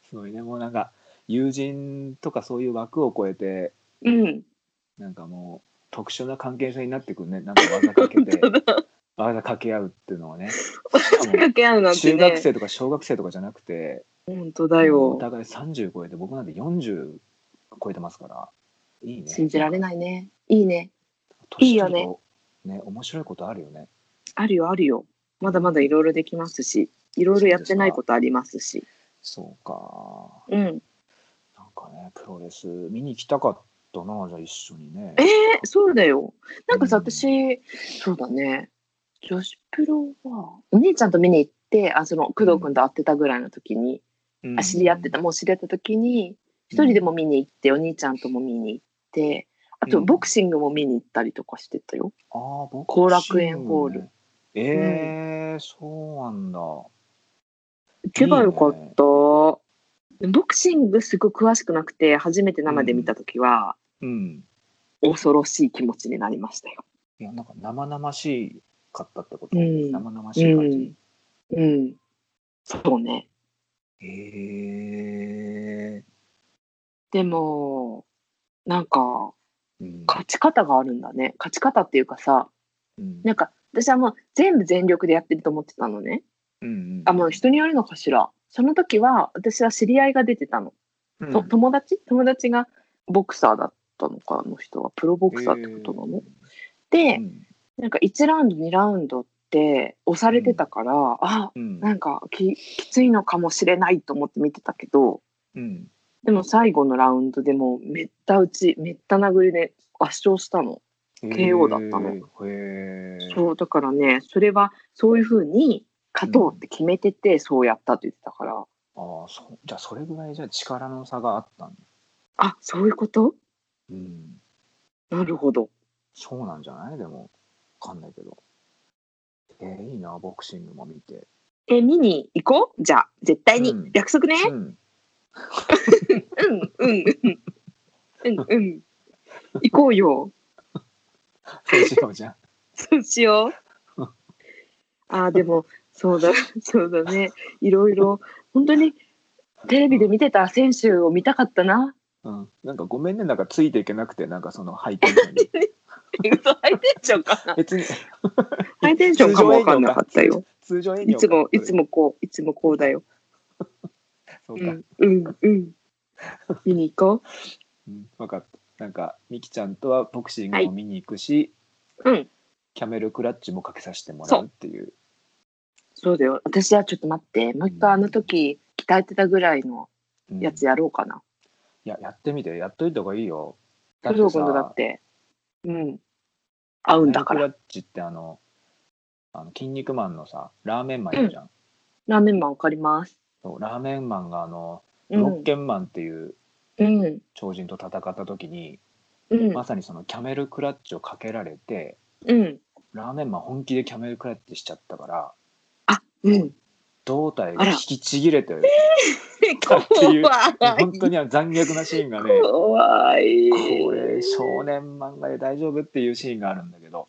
Speaker 1: すごいねもうなんか友人とかそういう枠を超えて
Speaker 2: うん。
Speaker 1: なんかもう特殊な関係性になってくるね。なんか技かけ て技かけ合うっていうのはね。しかも
Speaker 2: 掛け合うなんて
Speaker 1: 中学
Speaker 2: ね。
Speaker 1: 生とか小学生とかじゃなくて、
Speaker 2: 本当だ
Speaker 1: お
Speaker 2: よ。
Speaker 1: 互い30超えて僕なんて40超えてますからいいね
Speaker 2: 信じられないね。いいね。
Speaker 1: 年
Speaker 2: いいよね
Speaker 1: 取るとね面白いことあるよね
Speaker 2: あるよあるよ。まだまだいろいろできますし、いろいろやってないことありますし。
Speaker 1: そうか
Speaker 2: うん。
Speaker 1: なんかねプロレス見に行きたかったなじゃあ一緒にね
Speaker 2: ええ、そうだよ。なんかさ、
Speaker 1: うん
Speaker 2: 私、そうだね。女子プロは、お姉ちゃんと見に行って、あ、その、工藤君と会ってたぐらいの時に、
Speaker 1: うん
Speaker 2: あ知り合ってたもう知り合った時に一人でも見に行って、お兄ちゃんとも見に行ってあと
Speaker 1: うん
Speaker 2: ボクシングも見に行ったりとかしてたよ、
Speaker 1: あー僕
Speaker 2: 後楽園ホール
Speaker 1: えーそうなんだ
Speaker 2: 行けばよかったボクシングすごく詳しくなくて初めて生で見た時は、
Speaker 1: うん
Speaker 2: 恐ろしい気持ちになりましたよ
Speaker 1: いやなんか生々しかったってこと、
Speaker 2: うん
Speaker 1: 生々しい感じ、
Speaker 2: うんそうね
Speaker 1: え
Speaker 2: でもなんか
Speaker 1: ーうん
Speaker 2: 勝ち方があるんだね勝ち方っていうかさ
Speaker 1: うん
Speaker 2: なんか私はもう全部全力でやってると思ってたのね
Speaker 1: うんうん
Speaker 2: あもう人によるのかしらその時は私は知り合いが出てたの、
Speaker 1: うん
Speaker 2: と友達友達がボクサーだったのかあの人はプロボクサーってことなの、
Speaker 1: う
Speaker 2: で
Speaker 1: ん
Speaker 2: なんか1ラウンド2ラウンドって押されてたから、あ
Speaker 1: うん
Speaker 2: なんかききついのかもしれないと思って見てたけど
Speaker 1: うん
Speaker 2: でも最後のラウンドでもうめった打ちめった殴りで圧勝したの、KO だったの
Speaker 1: へえ
Speaker 2: そうだからねそれはそういうふうに勝とうって決めてて、そうやったって言ってたから
Speaker 1: ああそうじゃあそれぐらいじゃあ力の差があったんだ
Speaker 2: あそういうこと
Speaker 1: うん
Speaker 2: なるほど
Speaker 1: そうなんじゃないでもわかんないけどえー、いいなボクシングも見て
Speaker 2: え、見に行こうじゃあ、絶対に。
Speaker 1: うん
Speaker 2: 約束ね。
Speaker 1: うん
Speaker 2: うん、うん、うん。うん、うん。行こうよ。
Speaker 1: そうしようじゃん
Speaker 2: そうしよ う。あー、でも、そうだ、そうだね。いろいろ、本当に、テレビで見てた選手を見たかったな。
Speaker 1: うん、なんかごめんねなんかついていけなくてなんかそのハイテンション に
Speaker 2: 嘘、ハイテンションかな。
Speaker 1: 別に
Speaker 2: ハイテンションかもわかんなかった よ。
Speaker 1: 通常営業
Speaker 2: い
Speaker 1: か
Speaker 2: つも、いつもこう、いつもこうだよ。
Speaker 1: そう
Speaker 2: う
Speaker 1: か、
Speaker 2: ん、うん、うん。見に行こ
Speaker 1: うん、分かったなんかみきちゃんとはボクシングも見に行くし、
Speaker 2: う。うん。
Speaker 1: キャメルクラッチもかけさせてもらうっていう
Speaker 2: そうだよ。私はちょっと待って、もう一回あの時、鍛えてたぐらいの
Speaker 1: うん
Speaker 2: やつやろうかな。
Speaker 1: いや、やってみて、やっといた方がいいよ。
Speaker 2: 工藤君とだって、うん、合うんだか
Speaker 1: メ
Speaker 2: ら。
Speaker 1: ンクラッチってあの、あの、筋肉マンのさ、ラーメンマンいるじゃん。
Speaker 2: ラーメンマンわかります。
Speaker 1: そうラーメンマンがあの、
Speaker 2: う
Speaker 1: ロッ
Speaker 2: ん、
Speaker 1: ケンマンっていう
Speaker 2: うん、
Speaker 1: 超人と戦った時に、
Speaker 2: うん、
Speaker 1: まさにそのキャメルクラッチをかけられて、
Speaker 2: うん、
Speaker 1: ラーメンマン本気でキャメルクラッチしちゃったから、
Speaker 2: あ、うん。
Speaker 1: 胴体が
Speaker 2: あら
Speaker 1: 引きちぎれて、
Speaker 2: 怖い。
Speaker 1: 本当にあの残虐なシーンがね、
Speaker 2: 怖い。
Speaker 1: これ少年漫画で大丈夫っていうシーンがあるんだけど、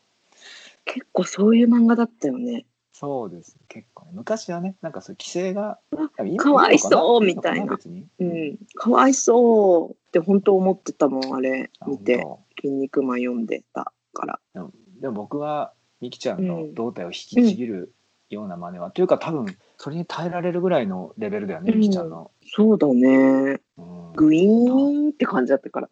Speaker 2: 結構そういう漫画だったよね。
Speaker 1: そうです結構ね昔はねなんかそういう規制が今
Speaker 2: かわいそうみたいな
Speaker 1: のか別に、
Speaker 2: うん、かわいそうって本当思ってたもんあれ
Speaker 1: あ
Speaker 2: 見て
Speaker 1: 本
Speaker 2: 「筋肉マン」読んでたから
Speaker 1: 当でもでも僕はみきちゃん
Speaker 2: う
Speaker 1: の
Speaker 2: ん
Speaker 1: 胴体を引きちぎるような真似は、というか多分それに耐えられるぐらいのレベルだよね、
Speaker 2: うん
Speaker 1: みきちゃんの、
Speaker 2: そうだね
Speaker 1: うん、楽
Speaker 2: グイーンって感じだったから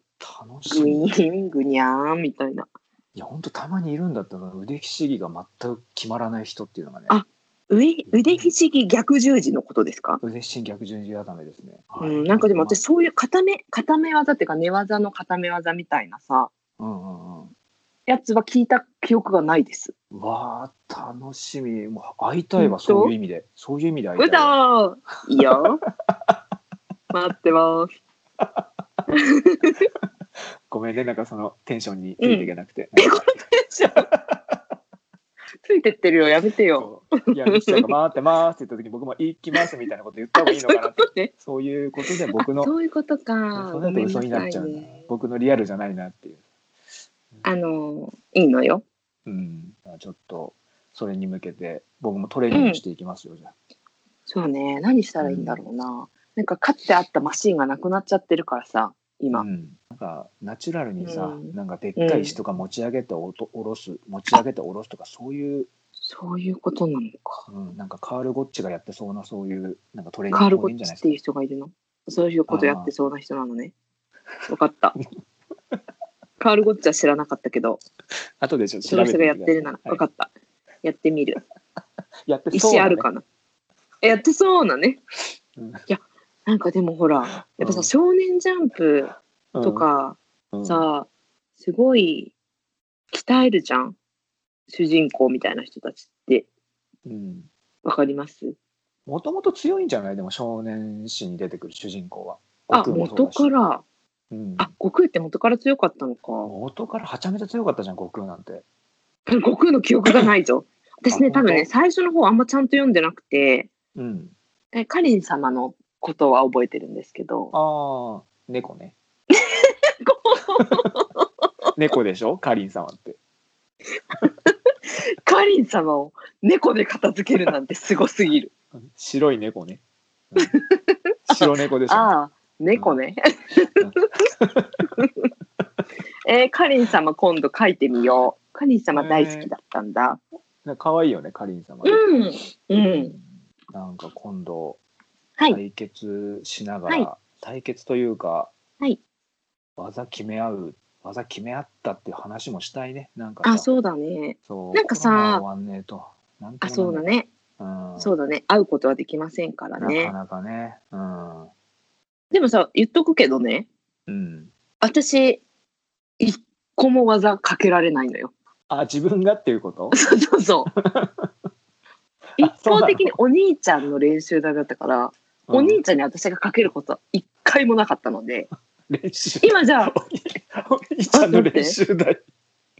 Speaker 1: し
Speaker 2: グイ
Speaker 1: みい
Speaker 2: ーングニャーンみたいな
Speaker 1: や本当たまにいるんだったら腕ひしぎが全く決まらない人っていうのがね
Speaker 2: あ腕腕ひしぎ逆十字のことですか
Speaker 1: 腕ひしぎ逆十字固めですね、
Speaker 2: う
Speaker 1: はい
Speaker 2: ん、なんかでも私、そういう固め固め技っていうか寝技の固め技みたいなさ
Speaker 1: うんうんうん、
Speaker 2: やつは聞いた記憶がないです。
Speaker 1: わあ楽しみもう会いたいわ
Speaker 2: 本当
Speaker 1: そういう意味でそういう意味で会いた
Speaker 2: う
Speaker 1: いわ
Speaker 2: だーいいよ。 待って ます。
Speaker 1: ごめんねなんかそのテンションについていけなくて、
Speaker 2: え、このテンション。ついてってるよ、やめてよ。
Speaker 1: そういやミキちゃんが「回ってます」って言った時僕も「行きます」みたいなこと言った方がいいの
Speaker 2: そうい
Speaker 1: か
Speaker 2: う
Speaker 1: なって
Speaker 2: ことね。
Speaker 1: そういうことで
Speaker 2: あ
Speaker 1: 僕の
Speaker 2: そういうことか。
Speaker 1: そ
Speaker 2: ご
Speaker 1: うだと
Speaker 2: めんな
Speaker 1: 嘘にな
Speaker 2: さ
Speaker 1: っ
Speaker 2: い
Speaker 1: ちゃうな
Speaker 2: ね。
Speaker 1: 僕のリアルじゃないなっていう
Speaker 2: あの、いいのよ。
Speaker 1: うんちょっとそれに向けて僕もトレーニングしていきますよ、じゃあ
Speaker 2: そうね、何したらいいんだろうな。なんか、かつてあったマシンがなくなっちゃってるからさ、今。
Speaker 1: うん、なんかナチュラルにさ、
Speaker 2: うん
Speaker 1: なんかでっかい石とか持ち上げておと下ろす持ち上げて下ろすとかそういう、
Speaker 2: そういうことなのか。
Speaker 1: うん、なんかカール・ゴッチがやってそうなそういうなんかトレーニング
Speaker 2: カール・
Speaker 1: も
Speaker 2: ゴ
Speaker 1: いいん
Speaker 2: ッ
Speaker 1: じゃ
Speaker 2: チ
Speaker 1: ないで
Speaker 2: っ
Speaker 1: すか
Speaker 2: ていう人がいるの。そういうことやってそうな人なの ね。わか った。カール・ゴッチは知らなかったけど、
Speaker 1: 後でちょっと
Speaker 2: そ
Speaker 1: 調べて
Speaker 2: れそ
Speaker 1: み
Speaker 2: れや
Speaker 1: て
Speaker 2: っ
Speaker 1: くだ
Speaker 2: て
Speaker 1: さい
Speaker 2: るなら、
Speaker 1: はい
Speaker 2: わかった。やってみる。
Speaker 1: やってそう
Speaker 2: 石
Speaker 1: な
Speaker 2: あるかな。やってそうなね
Speaker 1: うん。
Speaker 2: いや、なんかでもほら、やっぱ
Speaker 1: う
Speaker 2: さ、
Speaker 1: ん
Speaker 2: 少年ジャンプ
Speaker 1: ね
Speaker 2: と、か
Speaker 1: うんうん
Speaker 2: さ、すごい鍛えるじゃん。主人公みたいな人たちって、
Speaker 1: うん
Speaker 2: わかります
Speaker 1: もともと強いんじゃないでも少年誌に出てくる主人公は。悟
Speaker 2: あ、
Speaker 1: 空も
Speaker 2: 元
Speaker 1: そうだ
Speaker 2: か
Speaker 1: し
Speaker 2: ら。
Speaker 1: うん、
Speaker 2: あ、悟空って元から強かったのか。
Speaker 1: 元からはちゃめちゃ強かったじゃん悟空なんて。
Speaker 2: 悟空の記憶がないぞ。私ね、
Speaker 1: あ
Speaker 2: 多分ね、最初の方あんまちゃんと読んでなくて、
Speaker 1: うん、
Speaker 2: えカリン様のことは覚えてるんですけど、
Speaker 1: ああ猫 ね。 猫でしょかりん様って。
Speaker 2: カリン様を猫で片付けるなんてすごすぎる。
Speaker 1: 白い猫ね。うん白猫でしょ
Speaker 2: ああ、猫ね。 えーカリン様今度書いてみよう。カリン様大好きだったんだ。
Speaker 1: なんか可愛いよね、かりん様ね。
Speaker 2: うん。うん。
Speaker 1: なんか今度、
Speaker 2: はい。
Speaker 1: 対決しながら、
Speaker 2: は
Speaker 1: 対決というか、
Speaker 2: はい
Speaker 1: 技決め合う、技決め合ったっていう話もしたいね。なんかさ
Speaker 2: あ、そうだね。
Speaker 1: そう
Speaker 2: なんか
Speaker 1: コ
Speaker 2: さ
Speaker 1: ロナは終わんねえと。なんと
Speaker 2: あ、
Speaker 1: も
Speaker 2: そうだね。
Speaker 1: なんない。うん、
Speaker 2: そうだね。会うことはできませんから
Speaker 1: なか
Speaker 2: ね。
Speaker 1: なかね。うん。
Speaker 2: でもさ、言っとくけどね。
Speaker 1: うん。
Speaker 2: 私一個も技かけられないのよ。
Speaker 1: あ、自分がっていうこと
Speaker 2: そうそうそう。 一方的にお兄ちゃんの練習台だったから、
Speaker 1: う
Speaker 2: お兄
Speaker 1: ん
Speaker 2: ちゃんに私がかけることは一回もなかったので、
Speaker 1: 練習。
Speaker 2: 今じゃあ
Speaker 1: お兄ちゃんの練習 だよ。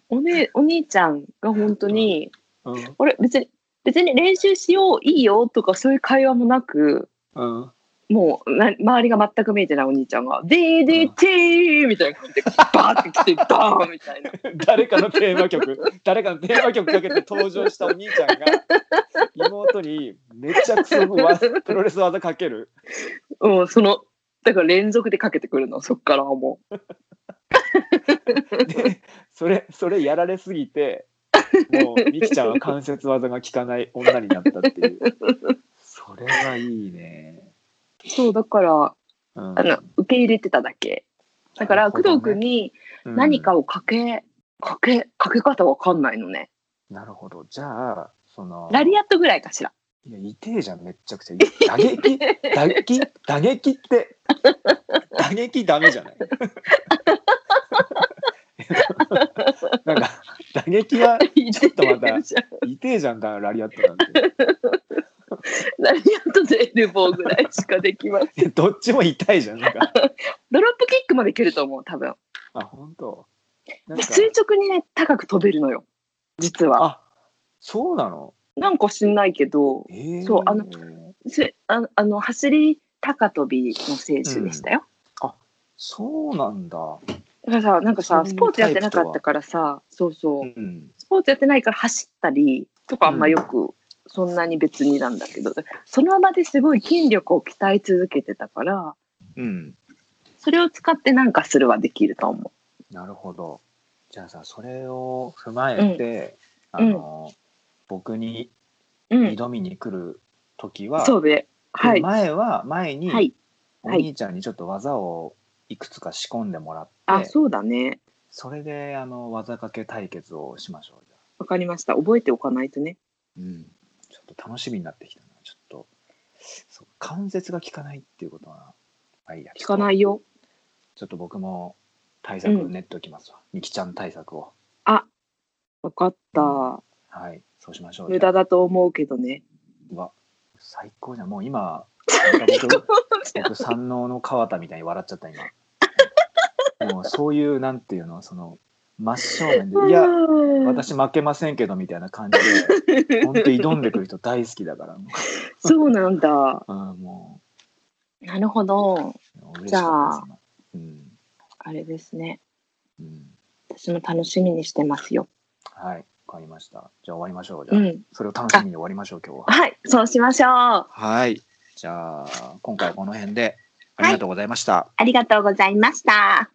Speaker 2: お,、ね、お兄ちゃんが本当に、
Speaker 1: うん。
Speaker 2: 俺別に別に練習しよういいよとかそういう会話もなく、
Speaker 1: うん。
Speaker 2: もうな周りが全く見えてないお兄ちゃんが、でーでーてーみたいな感じで、バーって来て、バーンみたいな。
Speaker 1: 誰かのテーマ曲誰かのテーマ曲かけて登場したお兄ちゃんが妹にめちゃくそわプロレス技かける
Speaker 2: うん、その、だから連続でかけてくるの、そっからはもう。
Speaker 1: でそれそれやられすぎてもうみきちゃんは関節技が効かない女になったっていうそれはいいね、
Speaker 2: そうだから
Speaker 1: うん
Speaker 2: あの受け入れてただけだから、工藤君に何か
Speaker 1: を、
Speaker 2: をかけ、かけかけ方わかんないのね
Speaker 1: うんなるほどじゃあその
Speaker 2: ラリアットぐらいかしら
Speaker 1: いや痛えじゃんめっちゃくちゃ打撃打撃打撃って打撃ダメじゃない なんか打撃は
Speaker 2: ち
Speaker 1: ょっとまた
Speaker 2: ラリ
Speaker 1: 痛えじゃんだラリアットなんて
Speaker 2: アットでエルボーぐらいしかできます
Speaker 1: いやどっちも痛いじゃんなんか
Speaker 2: ドロップキックまでいけると思う多分
Speaker 1: あ本当なんか
Speaker 2: 垂直にね高く飛べるのよ実は
Speaker 1: あそうなの
Speaker 2: なんか知んないけど
Speaker 1: えー、
Speaker 2: そうあのせああの走り高跳びの選手でしたよ、
Speaker 1: そうなんだ
Speaker 2: だからさなんかさ
Speaker 1: そうい
Speaker 2: ス
Speaker 1: う
Speaker 2: ポーツやってなかったからさそうそう、
Speaker 1: うん
Speaker 2: スポーツやってないから走ったりとかあんまよくそんなに別になんだけど、その場ですごい筋力を鍛え続けてたから
Speaker 1: うん
Speaker 2: それを使ってなんかするはできると思
Speaker 1: なるほど。じゃあさ、それを踏まえて、
Speaker 2: ん
Speaker 1: あの、僕に
Speaker 2: う。うん、
Speaker 1: 挑みに来る時は、
Speaker 2: そうで、はい、
Speaker 1: 前は前に、
Speaker 2: はい、
Speaker 1: お兄ちゃんにちょっと技をいくつか仕込んでもらって、
Speaker 2: あそうだね
Speaker 1: それであの技かけ対決をしましょう。
Speaker 2: わかりました覚えておかないとね
Speaker 1: うん、ちょっと楽しみになってきたな。ちょっとそう関節が効かないっていうことは、はい、や。
Speaker 2: 聞かないいよ
Speaker 1: ちょっと僕も対策練っておきますわ。みきちゃん対策を。
Speaker 2: あ分かった。
Speaker 1: はいそうしましょう
Speaker 2: 無駄だと思うけどね。
Speaker 1: うわ最高じゃんもう 今
Speaker 2: 最高
Speaker 1: 僕 僕山王の川田みたいに笑っちゃった今もうそういうなんていうのその真正面 でいや私負けませんけどみたいな感じで本当挑んでくる人大好きだから、
Speaker 2: そうなんだ。
Speaker 1: うん、も
Speaker 2: なるほど。
Speaker 1: う嬉し
Speaker 2: じゃ
Speaker 1: かったで
Speaker 2: あ
Speaker 1: す今うん
Speaker 2: あれですね。
Speaker 1: うん
Speaker 2: 私も楽しみにしてますよ。
Speaker 1: はいわかりましたじゃあ終わりましょうじゃ
Speaker 2: う
Speaker 1: あ、
Speaker 2: ん。
Speaker 1: それを楽しみに終わりましょう今日は
Speaker 2: はい、そうしましょう。あ
Speaker 1: はいじゃあ今回はこの辺でありがとうございました、
Speaker 2: りがとうございました。